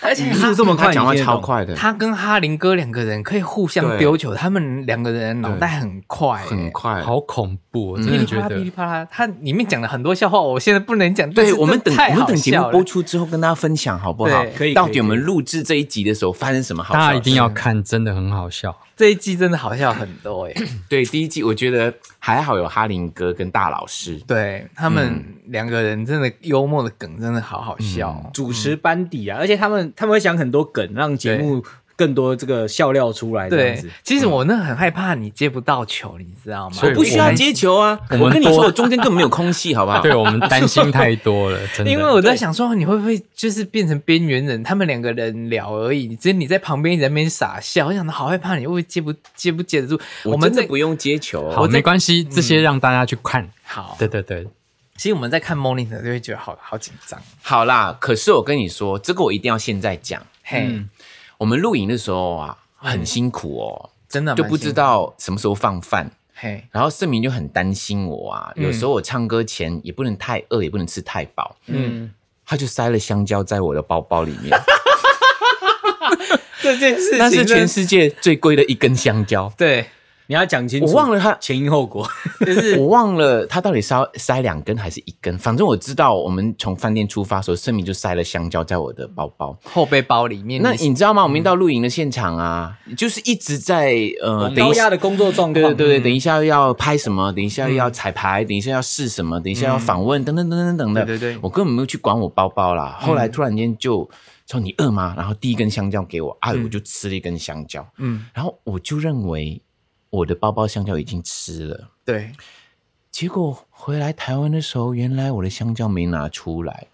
Speaker 3: 而且
Speaker 4: 速这么快，
Speaker 2: 他讲话
Speaker 4: 你听得
Speaker 2: 超
Speaker 4: 懂。
Speaker 2: 快的，
Speaker 3: 他跟哈林哥两个人可以互相
Speaker 2: 对
Speaker 3: 丢球，他们两个人脑袋很快、欸，
Speaker 2: 很快。
Speaker 5: 好恐怖、
Speaker 2: 嗯
Speaker 5: 哦我真
Speaker 3: 噼
Speaker 5: 的
Speaker 3: 里
Speaker 5: 觉
Speaker 3: 啪啦
Speaker 5: 得
Speaker 3: 噼里啪啦。嗯他里面讲了很多笑话，我现在不能讲。但
Speaker 2: 对
Speaker 3: 是
Speaker 2: 我们
Speaker 3: 这
Speaker 2: 等
Speaker 3: 太
Speaker 2: 我们
Speaker 3: 好
Speaker 2: 等节
Speaker 3: 笑
Speaker 2: 目
Speaker 3: 了
Speaker 2: 播出之后跟大家分享好不好
Speaker 3: 对？
Speaker 4: 可以
Speaker 2: 到
Speaker 4: 可以
Speaker 2: 底我们录制这一集的时候发生什么好笑的
Speaker 5: 大
Speaker 2: 事？
Speaker 5: 家一定要看，真的很 好笑。
Speaker 3: 这一季真的好笑很 多哎、欸
Speaker 2: 对第一季，我觉得还好有哈林哥跟大老师。
Speaker 3: 对他
Speaker 2: 嗯
Speaker 3: 们两个人真的幽默的梗真的好好笑哦、
Speaker 4: 主持班底啊，而且他们他们会想很多梗，让节目更多这个笑料出来。这样
Speaker 3: 对
Speaker 4: 子，
Speaker 3: 其
Speaker 2: 嗯
Speaker 3: 实我那很害怕你接不到球，你知道吗？
Speaker 5: 所以
Speaker 2: 不需要接球啊！
Speaker 5: 我们
Speaker 2: 我跟你说，
Speaker 5: 多
Speaker 2: 我中间根本没有空隙， 好不好？
Speaker 5: 对我们担心太多了，真的。
Speaker 3: 因为我在想说，你会不会就是变成边缘人？他们两个人聊而已，只是你在旁边一直在那边傻笑，我想到好害怕，你会不会接不接不接得住？
Speaker 2: 我
Speaker 3: 们
Speaker 2: 真的
Speaker 3: 在嗯
Speaker 2: 不用接球，
Speaker 5: 好，没关系，这些让大家去看。
Speaker 3: 好，
Speaker 5: 对对对，
Speaker 3: 其实我们在看 monitor 就会觉得好好紧张。
Speaker 2: 好啦。可是我跟你说，这个我一定要现在讲。
Speaker 3: 嘿，
Speaker 2: 我们录影的时候啊，很辛苦哦，
Speaker 3: 真的
Speaker 2: 就
Speaker 3: 蛮
Speaker 2: 不
Speaker 3: 辛
Speaker 2: 知
Speaker 3: 苦。
Speaker 2: 道什么时候放饭。
Speaker 3: 嘿，
Speaker 2: 然后盛明就很担心我啊，
Speaker 3: 嗯
Speaker 2: 有时候我唱歌前也不能太饿，也不能吃太饱，
Speaker 3: 嗯，
Speaker 2: 他就塞了香蕉在我的包包里 面，
Speaker 3: 这件事情
Speaker 2: 那是
Speaker 3: 真
Speaker 2: 全世界最贵的一根香蕉。
Speaker 3: 对，
Speaker 4: 你要讲清楚。
Speaker 2: 我忘了他
Speaker 4: 前因后果，
Speaker 3: 就是
Speaker 2: 我忘了他到底塞塞两根还是一根，反正我知道我们从饭店出发的时候，盛明就塞了香蕉在我的包包。
Speaker 3: 后背包里
Speaker 4: 嗯
Speaker 3: 面。
Speaker 2: 那
Speaker 3: 你
Speaker 2: 你知道吗？我们一到露营的现场啊，就是一直在呃，等
Speaker 4: 高
Speaker 2: 一
Speaker 4: 压
Speaker 2: 下，
Speaker 4: 的工作状况。嗯
Speaker 2: 对对对对，等一下要拍什么，等一下要彩排，等一下要试什么，等一下要访问，等等等等等的。
Speaker 3: 对对对
Speaker 2: 我根本没有去管我包包啦。后来突然间就说你饿吗？然后第一根香蕉给我，啊，我就吃了一根香蕉，
Speaker 3: 嗯，
Speaker 2: 然后我就认为我的包包香蕉已经吃了。
Speaker 3: 对，
Speaker 2: 结果回来台湾的时候，原来我的香蕉没拿出来，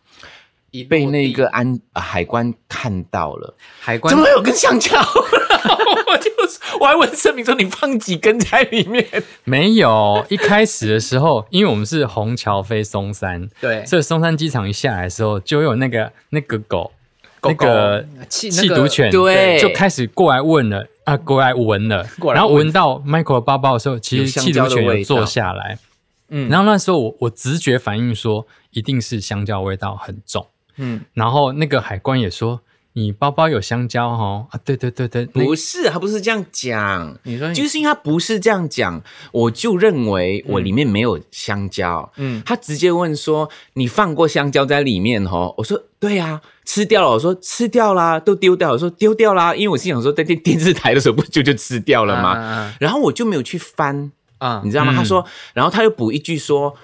Speaker 3: 一落
Speaker 2: 被那
Speaker 3: 地
Speaker 2: 个安、呃海关看到了。
Speaker 3: 海关
Speaker 2: 怎么会有根香蕉？我就是我还问盛明说你放几根在里面？
Speaker 5: 没有。一开始的时候，因为我们是虹桥飞松山，
Speaker 3: 对
Speaker 5: 所以松山机场一下来的时候，就有那个那个狗，
Speaker 3: 狗狗
Speaker 5: 那个
Speaker 3: 气那
Speaker 5: 气
Speaker 3: 个
Speaker 5: 毒犬，
Speaker 2: 对
Speaker 5: 就开始过来问了啊，过来闻了，
Speaker 3: 过来闻
Speaker 5: 然后闻到 Michael 的包包的时候，其
Speaker 2: 有
Speaker 5: 实
Speaker 2: 香
Speaker 5: 气
Speaker 2: 蕉
Speaker 5: 毒
Speaker 2: 的
Speaker 5: 犬
Speaker 2: 味道
Speaker 5: 有坐下来，
Speaker 2: 嗯
Speaker 5: 然后那时候我我直觉反应说，一定是香蕉味道很重。
Speaker 2: 嗯，
Speaker 5: 然后那个海关也说，你包包有香蕉哦。啊，对对对对，那
Speaker 2: 不是，他不是这样讲。
Speaker 3: 你说你
Speaker 2: 就是因为他不是这样讲，我就认为我里面没有香蕉。嗯
Speaker 3: 嗯，
Speaker 2: 他直接问说：“你放过香蕉在里面哦？”我说：“对呀、啊，吃掉了。”我说：“吃掉啦，都丢掉了。”我说：“丢掉啦。”因为我心想说，在电电视台的时候不就就吃掉了吗？
Speaker 3: 啊
Speaker 2: 然后我就没有去翻，
Speaker 3: 啊
Speaker 2: 你知道吗？
Speaker 5: 嗯
Speaker 2: 他说，然后他又补一句说：“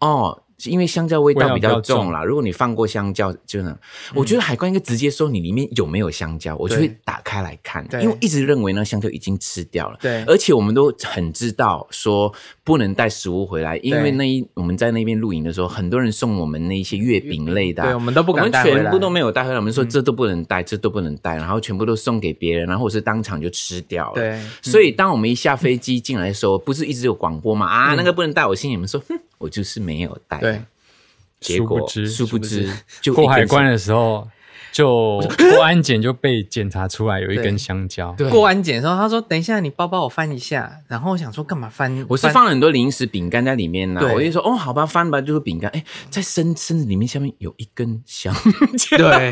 Speaker 2: 哦。”是因为香蕉味道比较重嗯啦，如果你放过香蕉，就能。我觉得海关应该直接说你里面有没有香蕉，我就会打开来看，因
Speaker 3: 对
Speaker 2: 为我一直认为呢香蕉已经吃掉了。
Speaker 3: 对
Speaker 2: 而且我们都很知道说不能带食物回来，因为那一我们在那边露营的时候，很多人送我们那一些月饼类的啊、
Speaker 3: 对我们都不敢
Speaker 2: 我们
Speaker 3: 带回来嗯
Speaker 2: 全部都没有带回来。我们说这都不能带，这都不能带，然后全部都送给别人，然后我是当场就吃掉了。
Speaker 3: 对嗯
Speaker 2: 所以当我们一下飞机进来的时候，不是一直有广播嘛？啊，那个不能带，我心里面说，哼，我就是没有带。
Speaker 3: 对，
Speaker 2: 结果
Speaker 5: 殊不知
Speaker 2: 殊不知就
Speaker 5: 过海关
Speaker 2: 了。
Speaker 5: 的时候，就过安检就被检查出来有一根香蕉。
Speaker 2: 对
Speaker 3: 过安检的时候，他说等一下你包包我翻一下，然后我想说干嘛翻？
Speaker 2: 我是
Speaker 3: 翻
Speaker 2: 放了很多零食饼干在里面呐、
Speaker 3: 对
Speaker 2: 我就说哦，好吧，翻吧，就是饼干。哎，在身身子里面下面有一根香蕉，
Speaker 3: 对，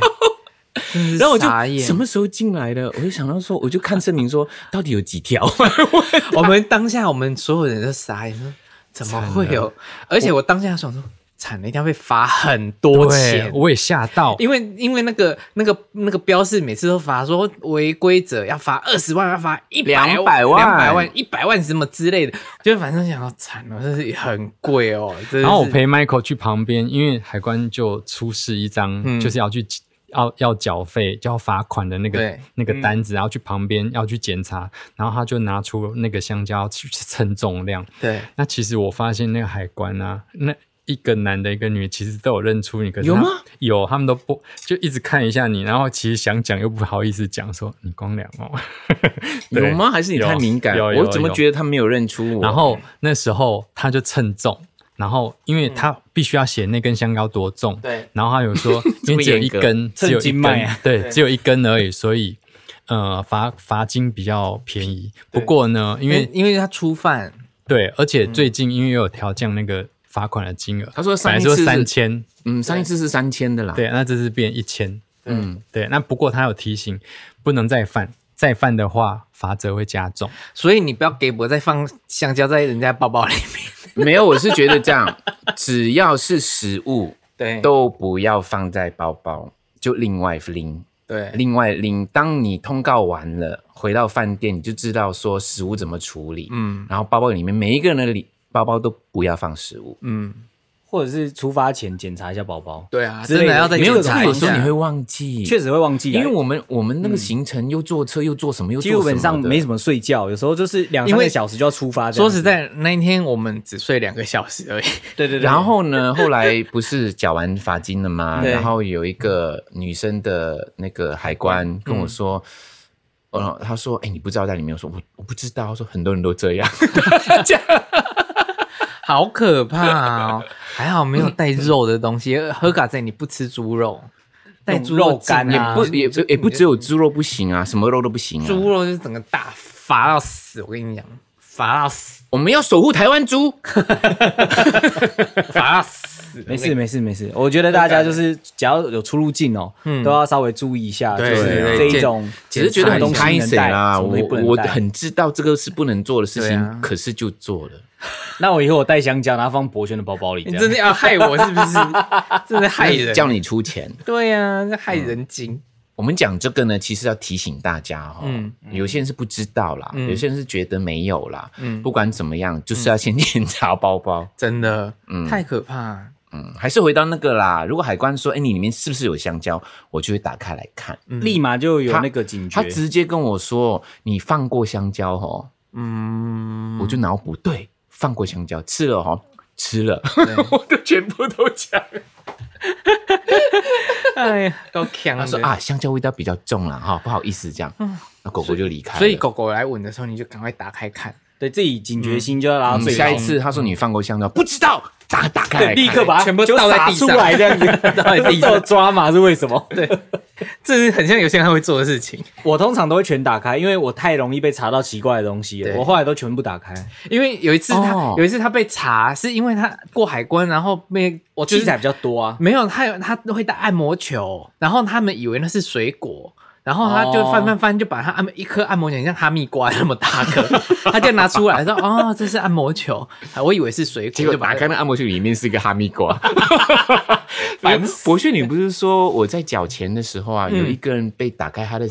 Speaker 2: 然后我就
Speaker 3: 傻眼
Speaker 2: 什么时候进来的？我就想到说，我就看声明说到底有几条。
Speaker 3: 我们当下我们所有人都傻眼，说怎么会有？而且我当下想说，惨了，一定要被罚很多
Speaker 5: 对
Speaker 3: 钱，。
Speaker 5: 我也吓到。
Speaker 3: 因为因为那个那个那个标示每次都罚说违规者要罚二十万，要罚一
Speaker 2: 200万
Speaker 3: 两百万、一百万什么之类的，就反正想要惨了，这是很贵哦。真的是
Speaker 5: 然后我陪 Michael 去旁边，因为海关就出示一张，
Speaker 3: 嗯
Speaker 5: 就是要去要要缴费、就要罚款的那个
Speaker 3: 对
Speaker 5: 那个单子，然后去旁边要去检查，然后他就拿出那个香蕉去称重量。
Speaker 3: 对
Speaker 5: 那其实我发现那个海关啊，那一个男的，一个女的，其实都有认出你。可是
Speaker 2: 有
Speaker 5: 他
Speaker 2: 吗？
Speaker 5: 有，他们都不就一直看一下你，然后其实想讲又不好意思讲，说你光良哦。 对
Speaker 2: 有吗？还是你
Speaker 5: 有
Speaker 2: 太敏感？
Speaker 5: 有有
Speaker 2: 我怎么
Speaker 5: 有
Speaker 2: 觉得他没有认出我？
Speaker 5: 然后那时候他就称重，然后因为
Speaker 2: 嗯
Speaker 5: 他必须要写那根香蕉多重，
Speaker 3: 对
Speaker 5: 然后他 有说因为只有一根，只
Speaker 4: 称
Speaker 5: 有一
Speaker 4: 斤卖
Speaker 5: 根
Speaker 4: 啊，
Speaker 5: 对，只有一根而已，所以呃罚罚金比较便宜。不过呢，因
Speaker 3: 因为
Speaker 5: 为
Speaker 3: 因为他初犯，
Speaker 5: 对，而且最近因为又有调降那个罚款的金额，
Speaker 2: 嗯他说
Speaker 5: 本
Speaker 2: 上
Speaker 5: 来
Speaker 2: 一
Speaker 5: 说
Speaker 2: 次
Speaker 5: 三千，
Speaker 2: 嗯，上一次是三千的啦。
Speaker 5: 对，那这次变一千，
Speaker 2: 嗯，
Speaker 5: 对，那不过他有提醒不能再犯，再犯的话罚则会加重。
Speaker 3: 所以你不要给我再放香蕉在人家包包里面。
Speaker 2: 没有，我是觉得这样，只要是食物
Speaker 3: 对
Speaker 2: 都不要放在包包，就另外拎。
Speaker 3: 对
Speaker 2: 另外拎，当你通告完了，回到饭店，你就知道说食物怎么处理。嗯，然后包包里面每一个人的里包包都不要放食物。
Speaker 4: 或者是出发前检查一下宝宝，
Speaker 3: 对啊，
Speaker 4: 之类
Speaker 3: 真的要
Speaker 4: 的
Speaker 3: 再
Speaker 2: 没有，
Speaker 3: 检
Speaker 2: 这
Speaker 3: 查
Speaker 2: 个
Speaker 3: 一
Speaker 2: 有时候你
Speaker 3: 下
Speaker 2: 会忘记，
Speaker 4: 确实会忘记啊，
Speaker 2: 因为我们我们那个行程又坐车又坐什么又做
Speaker 4: 嗯基
Speaker 2: 什么的，
Speaker 4: 本上没什么睡觉，有时候就是两
Speaker 3: 因
Speaker 4: 三
Speaker 3: 为
Speaker 4: 个小时就要出发这
Speaker 3: 说
Speaker 4: 样子。
Speaker 3: 实在，那一天我们只睡两个小时而已。
Speaker 4: 对对对，
Speaker 2: 然后呢， 后来不是缴完罚金了吗？
Speaker 4: 嗯
Speaker 3: 对
Speaker 2: 然后有一个女生的那个海
Speaker 4: 嗯
Speaker 2: 关跟我说。哦，她说：“哎、你不知道在里面？”我说：“我我不知道。”她说：“很多人都这样。
Speaker 3: 好可怕 哦！还好没有带肉的东西。喝咖喱你不吃猪肉，带猪
Speaker 4: 那种
Speaker 3: 肉
Speaker 4: 肉干
Speaker 3: 进
Speaker 4: 啊
Speaker 3: 来
Speaker 2: 不，也不也不只有猪肉不行啊，什么肉都不行啊。
Speaker 3: 猪肉就是整个大罚到死。我跟你讲，罚到 死，
Speaker 2: 我们要守护台湾 猪。
Speaker 3: 罚到死。
Speaker 4: 没事没事没事，我觉得大家就是只要有出入境哦，都要稍微注意一下，
Speaker 3: 嗯
Speaker 4: 就
Speaker 3: 对
Speaker 4: 是
Speaker 3: 对
Speaker 4: 这
Speaker 3: 对
Speaker 4: 一种，
Speaker 2: 只是觉得
Speaker 4: 什么
Speaker 2: 很
Speaker 4: 东西
Speaker 2: 开
Speaker 4: 能
Speaker 2: 心
Speaker 4: 带
Speaker 3: 啊
Speaker 2: 啦，
Speaker 4: 什么
Speaker 2: 我
Speaker 4: 东西不能
Speaker 2: 我
Speaker 4: 带
Speaker 2: 很知道这个是不能做的事
Speaker 3: 对
Speaker 2: 情，
Speaker 3: 啊
Speaker 2: 可是就做了。
Speaker 4: 那我以后我带香蕉，然后放博轩的包包里，这
Speaker 3: 你
Speaker 4: 样
Speaker 3: 真的要害我是不 是？真的害人。嗯
Speaker 2: 叫你出钱。
Speaker 3: 对呀、这害人精。
Speaker 2: 我们讲这个呢，其实要提醒大家哈、哦，
Speaker 3: 嗯
Speaker 2: 有些人是不知道啦，
Speaker 3: 嗯
Speaker 2: 有些人是觉得没有啦，
Speaker 3: 嗯
Speaker 2: 不管怎么样，就是要先 检查包包，
Speaker 3: 真的，
Speaker 2: 嗯
Speaker 3: 太可怕了。
Speaker 2: 嗯，还是回到那个啦，如果海关说，哎，你里面是不是有香蕉，我就会打开来看，
Speaker 3: 嗯
Speaker 4: 立马就有
Speaker 2: 他
Speaker 4: 那个警觉
Speaker 2: 他。直接跟我说，你放过香蕉哦，
Speaker 3: 嗯，
Speaker 2: 我就脑补，对，放过香蕉，吃了哦，吃了，
Speaker 3: 对
Speaker 2: 我就全部都讲，
Speaker 3: 哎呀，够强
Speaker 2: 他说
Speaker 3: 的
Speaker 2: 啊，香蕉味道比较重了哈、不好意思这样，
Speaker 3: 嗯
Speaker 2: 那狗狗就离开了，
Speaker 3: 所以狗狗来吻的时候，你就赶快打开看。
Speaker 4: 对自己警觉心就要拉到
Speaker 2: 嗯
Speaker 4: 最高
Speaker 2: 下一次他说你放过香蕉，不知道，打打开来看，
Speaker 4: 立刻把它
Speaker 3: 全部
Speaker 4: 就
Speaker 3: 倒在
Speaker 4: 洒
Speaker 3: 地上
Speaker 4: 出来这样子，
Speaker 3: 倒在地上
Speaker 4: 这抓马是为什么？
Speaker 3: 对， 这是很像有些人他会做的事情。
Speaker 4: 我通常都会全打开，因为我太容易被查到奇怪的东西了。
Speaker 3: 对
Speaker 4: 我后来都全部打开，
Speaker 3: 因为有一次他、
Speaker 2: 哦
Speaker 3: 有一次他被查，是因为他过海关，然后被
Speaker 4: 我
Speaker 3: 就
Speaker 4: 器
Speaker 3: 是
Speaker 4: 材比较多啊。
Speaker 3: 没有，他有他会带按摩球，然后他们以为那是水果，然后他就翻翻翻，就把他按摩一颗按摩球像哈密瓜那么大颗， 他就拿出来说：“哦，这是按摩球。”啊我以为是水果，
Speaker 2: 结果
Speaker 3: 就把
Speaker 2: 打
Speaker 3: 它
Speaker 2: 开那按摩器里面是一个哈密 瓜，烦死！博旭，你不是说我在缴钱的时候啊，有一个人被打开他的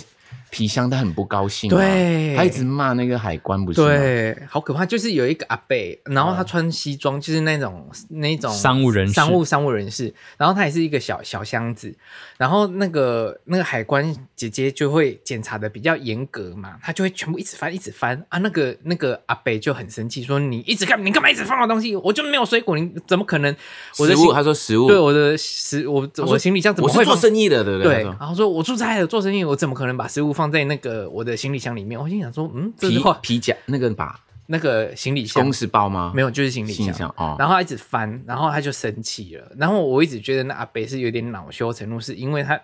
Speaker 2: 皮箱，他很不高兴、啊，
Speaker 3: 对
Speaker 2: 他一直骂那个海关，不是吗？哦
Speaker 3: 对，好可怕！就是有一个阿贝，然后他穿西装，就是那种那种
Speaker 5: 商务人士
Speaker 3: 商务商务人士，然后他也是一个小小箱子，然后那个那个海关姐姐就会检查的比较严格嘛，她就会全部一直翻一直翻啊，那个那个阿贝就很生气，说你一直干你干嘛一直翻我东西，我就没有水果，你怎么可能？我的
Speaker 2: 食物，
Speaker 3: 行
Speaker 2: 他说食物，
Speaker 3: 对我的食我
Speaker 2: 他说
Speaker 3: 我行李箱怎么
Speaker 2: 我
Speaker 3: 会
Speaker 2: 是做
Speaker 3: 放
Speaker 2: 生意的，对不对？
Speaker 3: 对，然后说我出差了做生意，我怎么可能把食物放在那个我的行李箱里面？我心想说，嗯，这句
Speaker 2: 皮
Speaker 3: 话
Speaker 2: 皮夹那个吧，
Speaker 3: 那个行李箱
Speaker 2: 公事包吗？
Speaker 3: 没有，就是行李
Speaker 2: 信
Speaker 3: 箱。
Speaker 2: 箱哦。
Speaker 3: 然后他一直翻，然后他就生气了。然后我一直觉得那阿北是有点恼羞成怒，是因为他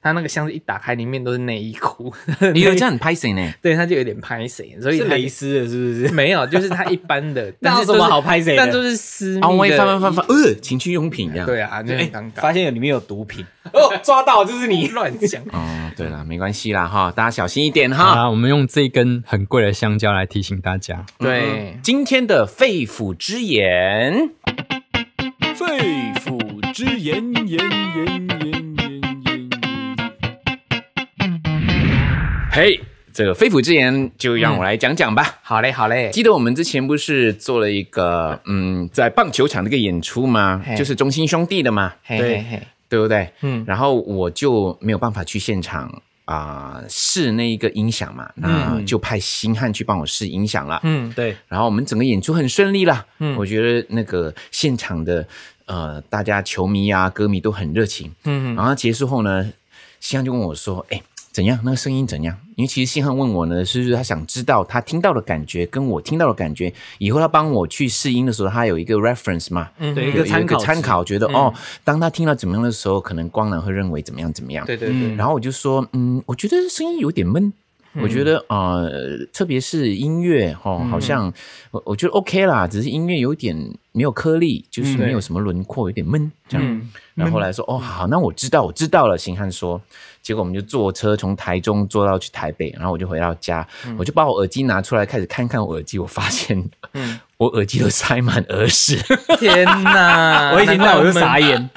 Speaker 3: 他那个箱子一打开，里面都是内衣裤，
Speaker 2: 你哎有这样很拍谁呢？
Speaker 3: 对，他就有点拍谁，所以
Speaker 4: 是
Speaker 3: 他
Speaker 4: 蕾丝的，是 不是？
Speaker 3: 没有，就是他一般的，但
Speaker 4: 那
Speaker 3: 是
Speaker 4: 有
Speaker 3: 都
Speaker 4: 什么
Speaker 3: 是
Speaker 4: 好拍谁的
Speaker 3: 但都是私密
Speaker 2: 啊，我
Speaker 3: 的
Speaker 2: 翻翻翻翻，呃，情趣用品这样。
Speaker 3: 对啊，就很尴尬，
Speaker 4: 发现有里面有毒品，哦，抓到哎就是你。
Speaker 3: 乱讲。
Speaker 2: 哦，对了，没关系啦哈，大家小心一点
Speaker 5: 好
Speaker 2: 哈。
Speaker 5: 啦，我们用这根很贵的香蕉来提醒大家。
Speaker 2: 嗯
Speaker 3: 对，
Speaker 2: 今天的肺腑之言，
Speaker 1: 肺腑之言，言言言言言言。
Speaker 2: 嘿，这个肺腑之言就让我来讲讲吧。
Speaker 1: 嗯
Speaker 3: 好嘞，好嘞，
Speaker 2: 记得我们之前不是做了一个嗯，在棒球场的一个演出吗
Speaker 3: 嘿？
Speaker 2: 就是中心兄弟的嘛，
Speaker 3: 嘿嘿嘿，
Speaker 2: 对不对？
Speaker 3: 嗯
Speaker 2: 然后我就没有办法去现场啊、试那一个音响嘛，那就派星汉去帮我试音响了。
Speaker 3: 嗯，
Speaker 4: 对，
Speaker 2: 然后我们整个演出很顺利啦，
Speaker 3: 嗯
Speaker 2: 我觉得那个现场的呃，大家球迷啊、歌迷都很热情。
Speaker 3: 嗯，
Speaker 2: 然后结束后呢，星汉就问我说：“哎、怎样？那个声音怎样？”因为其实星汉问我呢，是不是他想知道他听到的感觉跟我听到的感觉，以后他帮我去试音的时候，他有一个 reference 嘛，
Speaker 3: 嗯
Speaker 4: 对
Speaker 2: 有
Speaker 4: 一个参考嗯
Speaker 2: 有一参考，觉得、哦，当他听到怎么样的时候，可能光良会认为怎么样怎么样。
Speaker 3: 对对对，
Speaker 2: 然后我就说，嗯，我觉得声音有点闷。
Speaker 4: 嗯
Speaker 2: 我觉得呃，特别是音乐哦，好像我我觉得 OK 啦，只是音乐有点没有颗粒，
Speaker 4: 嗯
Speaker 2: 就是没有什么轮廓，有点闷这样。然后后来说哦，好，那我知道，我知道了。邢汉说，结果我们就坐车从台中坐到去台北，然后我就回到家，
Speaker 4: 嗯
Speaker 2: 我就把我耳机拿出来开始看看我耳机，我发现
Speaker 3: 嗯
Speaker 2: 我耳机都塞满耳屎。
Speaker 3: 天哪，
Speaker 4: 我一听到我就
Speaker 3: 难怪
Speaker 4: 傻眼，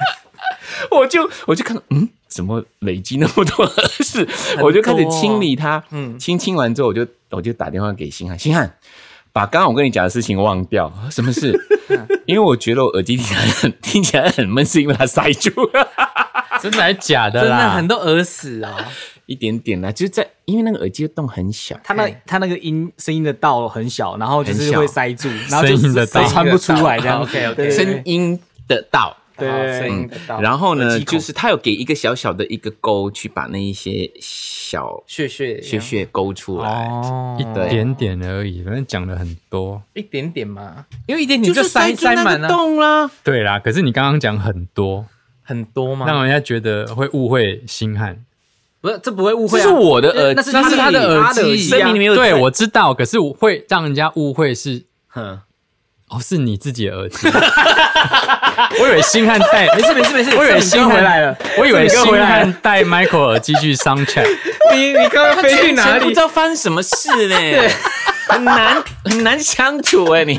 Speaker 2: 我就我就看到，嗯，怎么累积那么多耳屎？我就开始清理它，
Speaker 3: 嗯
Speaker 2: 嗯，清清完之后，我就我就打电话给星汉，星汉把刚刚我跟你讲的事情忘掉，什么 事？因为我觉得我耳机听起来很听起来很闷，是因为它塞住了啊
Speaker 5: 真的还是假的
Speaker 3: 真的
Speaker 5: 啦？
Speaker 3: 很多耳屎哦，
Speaker 2: 一点点啦，就是在因为那个耳机的洞很小，
Speaker 4: 他那他那个音声音的道很小，然后就是会塞住，然后就
Speaker 5: 声音的道
Speaker 4: 塞穿不出来这样子。
Speaker 3: OK
Speaker 4: 对
Speaker 3: OK，
Speaker 4: 对对
Speaker 2: 声音的道。
Speaker 4: 对
Speaker 3: 声音
Speaker 2: 嗯
Speaker 3: 得到，
Speaker 2: 然后
Speaker 4: 耳
Speaker 2: 呢，
Speaker 4: 机孔
Speaker 2: 就是它有给一个小小的一个沟，去把那一些小
Speaker 3: 血血
Speaker 2: 血血勾出来。
Speaker 3: 哦，
Speaker 5: 一点点而已，反正讲了很多。
Speaker 3: 一点点嘛，因为一点点塞
Speaker 2: 住那
Speaker 3: 塞
Speaker 2: 个
Speaker 3: 满啊了，
Speaker 2: 洞啦，
Speaker 5: 对啦，可是你刚刚讲很多，
Speaker 3: 很多嘛。
Speaker 5: 让人家觉得会误会星汉。
Speaker 4: 不是，这不会误
Speaker 3: 啊
Speaker 2: 这是我的耳，
Speaker 4: 那是那是
Speaker 3: 他的耳机啊
Speaker 2: 机声明里面有
Speaker 5: 对，
Speaker 2: 在
Speaker 5: 我知道，可是我会让人家误会是
Speaker 4: 哼
Speaker 5: 哦，是你自己的耳机。 我以为星汉带，没事没事没事，我以为星汉
Speaker 4: 回来了，
Speaker 5: 我以为
Speaker 4: 这
Speaker 5: 星
Speaker 4: 你哥回来
Speaker 5: 汉带 Michael 耳机去 sound check，
Speaker 3: 你你刚刚飞去哪
Speaker 2: 不
Speaker 3: 里
Speaker 2: 知？道发生什么事嘞，很难很难相处哎，你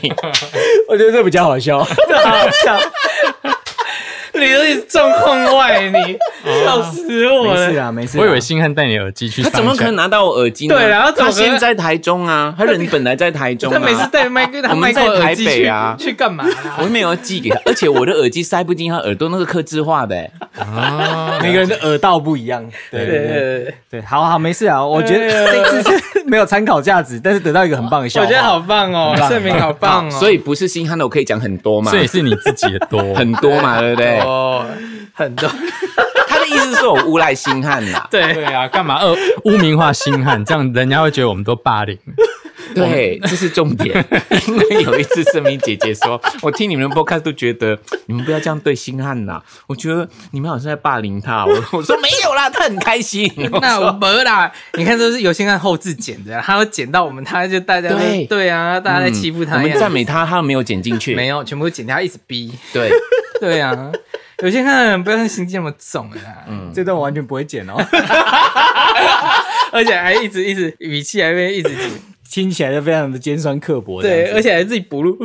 Speaker 4: 我觉得这比较好 笑，这好笑，
Speaker 3: 你有点状况外，你笑死我
Speaker 4: 没事
Speaker 3: 了。
Speaker 4: 啊，没事啊。
Speaker 5: 我以为星汉带你耳机去
Speaker 2: 他
Speaker 5: sound check。
Speaker 2: 怎么可能拿到我耳机呢？
Speaker 3: 对啊他怎
Speaker 2: 他
Speaker 3: 么可能
Speaker 2: 现在台中啊，他人本来在台中
Speaker 3: 他
Speaker 2: 啊，
Speaker 3: 每次带麦克，他
Speaker 2: 我们
Speaker 3: 麦克
Speaker 2: 在
Speaker 3: 耳
Speaker 2: 台
Speaker 3: 机
Speaker 2: 北啊
Speaker 3: 去。去干嘛啦？
Speaker 2: 我没有寄给他，而且我的耳机塞不进他耳朵，那个刻字化的欸，
Speaker 5: 啊？
Speaker 4: 每个人的耳道不一样，对
Speaker 3: 对对对，
Speaker 4: 对，好好没事啊，我觉得这次 没有参考价值，但是得到一个很棒的笑
Speaker 3: 我
Speaker 4: 话。
Speaker 3: 觉得好棒哦，盛明好棒哦，
Speaker 2: 所以不是新汉的，我可以讲很多嘛，
Speaker 5: 所以是你自己的多。
Speaker 2: 很多嘛，对不对？
Speaker 3: 哦很多
Speaker 2: 他的意思是我诬赖新汉啦，
Speaker 5: 呃对啊，干嘛恶污名化星汉？这样人家会觉得我们都霸凌。
Speaker 2: 对，这是重 点。因为有一次盛明姐姐说，我听你们的 podcast 都觉得你们不要这样对星汉呐，我觉得你们好像在霸凌他。我我说没有啦，他很开心。
Speaker 3: 那我没啦，你看这是有些按后置剪的，他要剪到我们，他就大家都
Speaker 2: 对
Speaker 3: 对啊，大家在欺 负
Speaker 2: 嗯
Speaker 3: 他
Speaker 4: 嗯
Speaker 2: 我
Speaker 3: 一样。
Speaker 2: 们赞美他，他没有剪进去。
Speaker 3: 没有，全部剪掉，一直逼。
Speaker 2: 对，
Speaker 3: 对啊，有些看不要像心机那么重啊，
Speaker 4: 嗯这段我完全不会剪哦，
Speaker 3: 而且还一直一直语气还会一直剪
Speaker 4: 听起来就非常的尖酸刻薄。
Speaker 3: 对，而且还自己补录。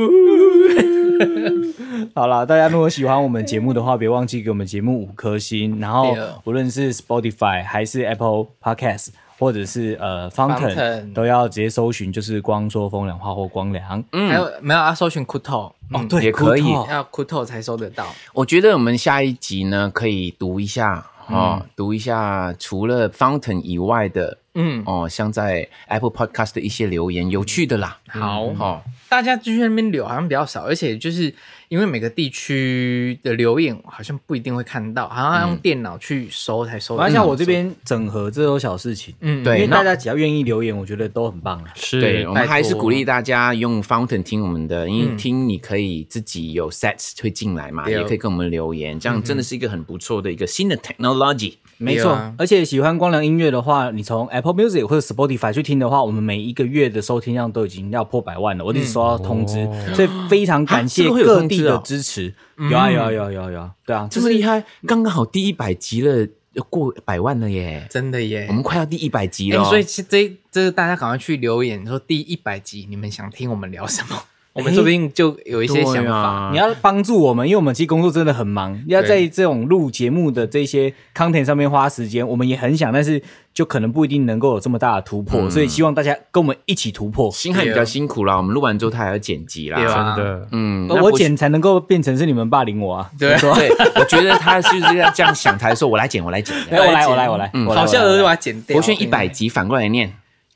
Speaker 4: 好啦，大家如果喜欢我们节目的话，别忘记给我们节目五颗星。然后
Speaker 3: 对
Speaker 2: 哦
Speaker 3: 了，
Speaker 4: 无论是 Spotify 还是 Apple Podcast，或者是呃 Fountain，
Speaker 3: Fountain
Speaker 4: 都要直接搜寻，就是“光说风凉话”或“光凉
Speaker 2: 嗯
Speaker 3: 还有没有要搜寻酷透？”。
Speaker 4: 哦，对，
Speaker 2: 也可以嗯
Speaker 4: 酷透
Speaker 3: 要酷透才搜得到。
Speaker 2: 我觉得我们下一集呢，可以读一下哦，读一下除了 Fountain 以外的
Speaker 3: 嗯，
Speaker 2: 哦，像在 Apple Podcast 的一些留言，有趣的啦。
Speaker 3: 好，
Speaker 2: 哦，
Speaker 3: 大家继续那边留好像比较少，而且就是因为每个地区的留言好像不一定会看到，好像要用电脑去搜才搜得到。
Speaker 4: 嗯反正啊像我这边整合这都小事情，
Speaker 3: 嗯，嗯，
Speaker 4: 因
Speaker 2: 对
Speaker 4: 为
Speaker 2: 那
Speaker 4: 大家只要愿意留言，我觉得都很棒啊了。
Speaker 5: 是，
Speaker 2: 对，我们
Speaker 3: 拜托
Speaker 2: 还是鼓励大家用 Fountain 听我们的，因为
Speaker 3: 嗯
Speaker 2: 听你可以自己有 sets 会进来嘛，
Speaker 3: 对哦
Speaker 2: 也可以跟我们留言，这样真的是一个很不错的一个新的 technology。
Speaker 4: 没
Speaker 3: 对
Speaker 4: 错
Speaker 3: 啊，
Speaker 4: 而且喜欢光良音乐的话，你从 Apple Music 或者 Spotify 去听的话，我们每一个月的收听量都已经要破百万了，我一直收到通知，
Speaker 5: 哦
Speaker 4: 所以非常感
Speaker 2: 啊
Speaker 4: 谢
Speaker 2: 这个会有
Speaker 4: 各
Speaker 2: 通知
Speaker 4: 地的
Speaker 2: 哦
Speaker 4: 支持。有啊有啊有啊有啊有啊，对啊，
Speaker 2: 这么厉害，刚刚好第一百集了，要过百万了耶！
Speaker 3: 真的耶
Speaker 2: 我。们快要第一百集
Speaker 3: 哎、
Speaker 2: 了哦，
Speaker 3: 所以其这这个大家赶快去留言说第一百集你们想听我们聊什么，
Speaker 2: 哎
Speaker 3: 我们说不定就有一些想
Speaker 2: 对
Speaker 3: 法。
Speaker 2: 啊
Speaker 4: 你要帮助我们，因为我们其实工作真的很忙，要在这种录节目的这些 content 上面花时间，我们也很想，但是就可能不一定能够有这么大的突破，所以希望大家跟我们一起突破。
Speaker 2: 星汉比较辛苦啦，我们录完之后他还要剪辑
Speaker 3: 对
Speaker 2: 啦。
Speaker 3: 啊
Speaker 5: 真的，
Speaker 2: 嗯，
Speaker 4: 而
Speaker 2: 那
Speaker 4: 我
Speaker 2: 不是。
Speaker 4: 剪才能够变成是你们霸凌我啊！
Speaker 3: 对啊，
Speaker 2: 对，我觉得他就是要这样想，他说我来剪，我来剪。
Speaker 4: 哎，我来，我来，我来，
Speaker 2: 嗯
Speaker 4: 我来
Speaker 3: 好笑
Speaker 4: 我
Speaker 3: 的
Speaker 4: 来
Speaker 3: 就把它剪掉。
Speaker 2: 博轩一百集反过来念，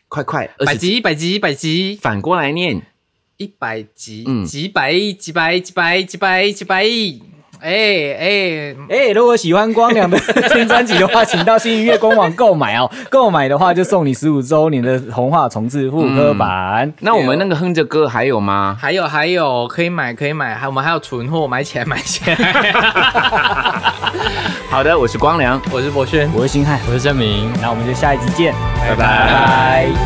Speaker 2: 快快，二
Speaker 3: 百
Speaker 2: 十集哦
Speaker 3: 集，百集，百集，
Speaker 2: 反过来念，
Speaker 3: 一百集
Speaker 2: 嗯，
Speaker 3: 几百亿，几百亿，几百亿，几百亿，几百亿。哎哎，
Speaker 4: 哎、如果喜欢光 良的新专辑的话，请到新音乐官网购买哦。购买的话就送你十五周年的红画重置复刻版。
Speaker 2: 那我们那个哼着歌还有吗？
Speaker 3: 还有还有，可以买可以买，还我们还有存货，买起来买起 来。
Speaker 2: 好的，我是光良。
Speaker 3: 我是博轩。
Speaker 4: 我是星汉，
Speaker 5: 我是郑明。
Speaker 4: 那我们就下一集见，
Speaker 2: 拜
Speaker 4: 拜拜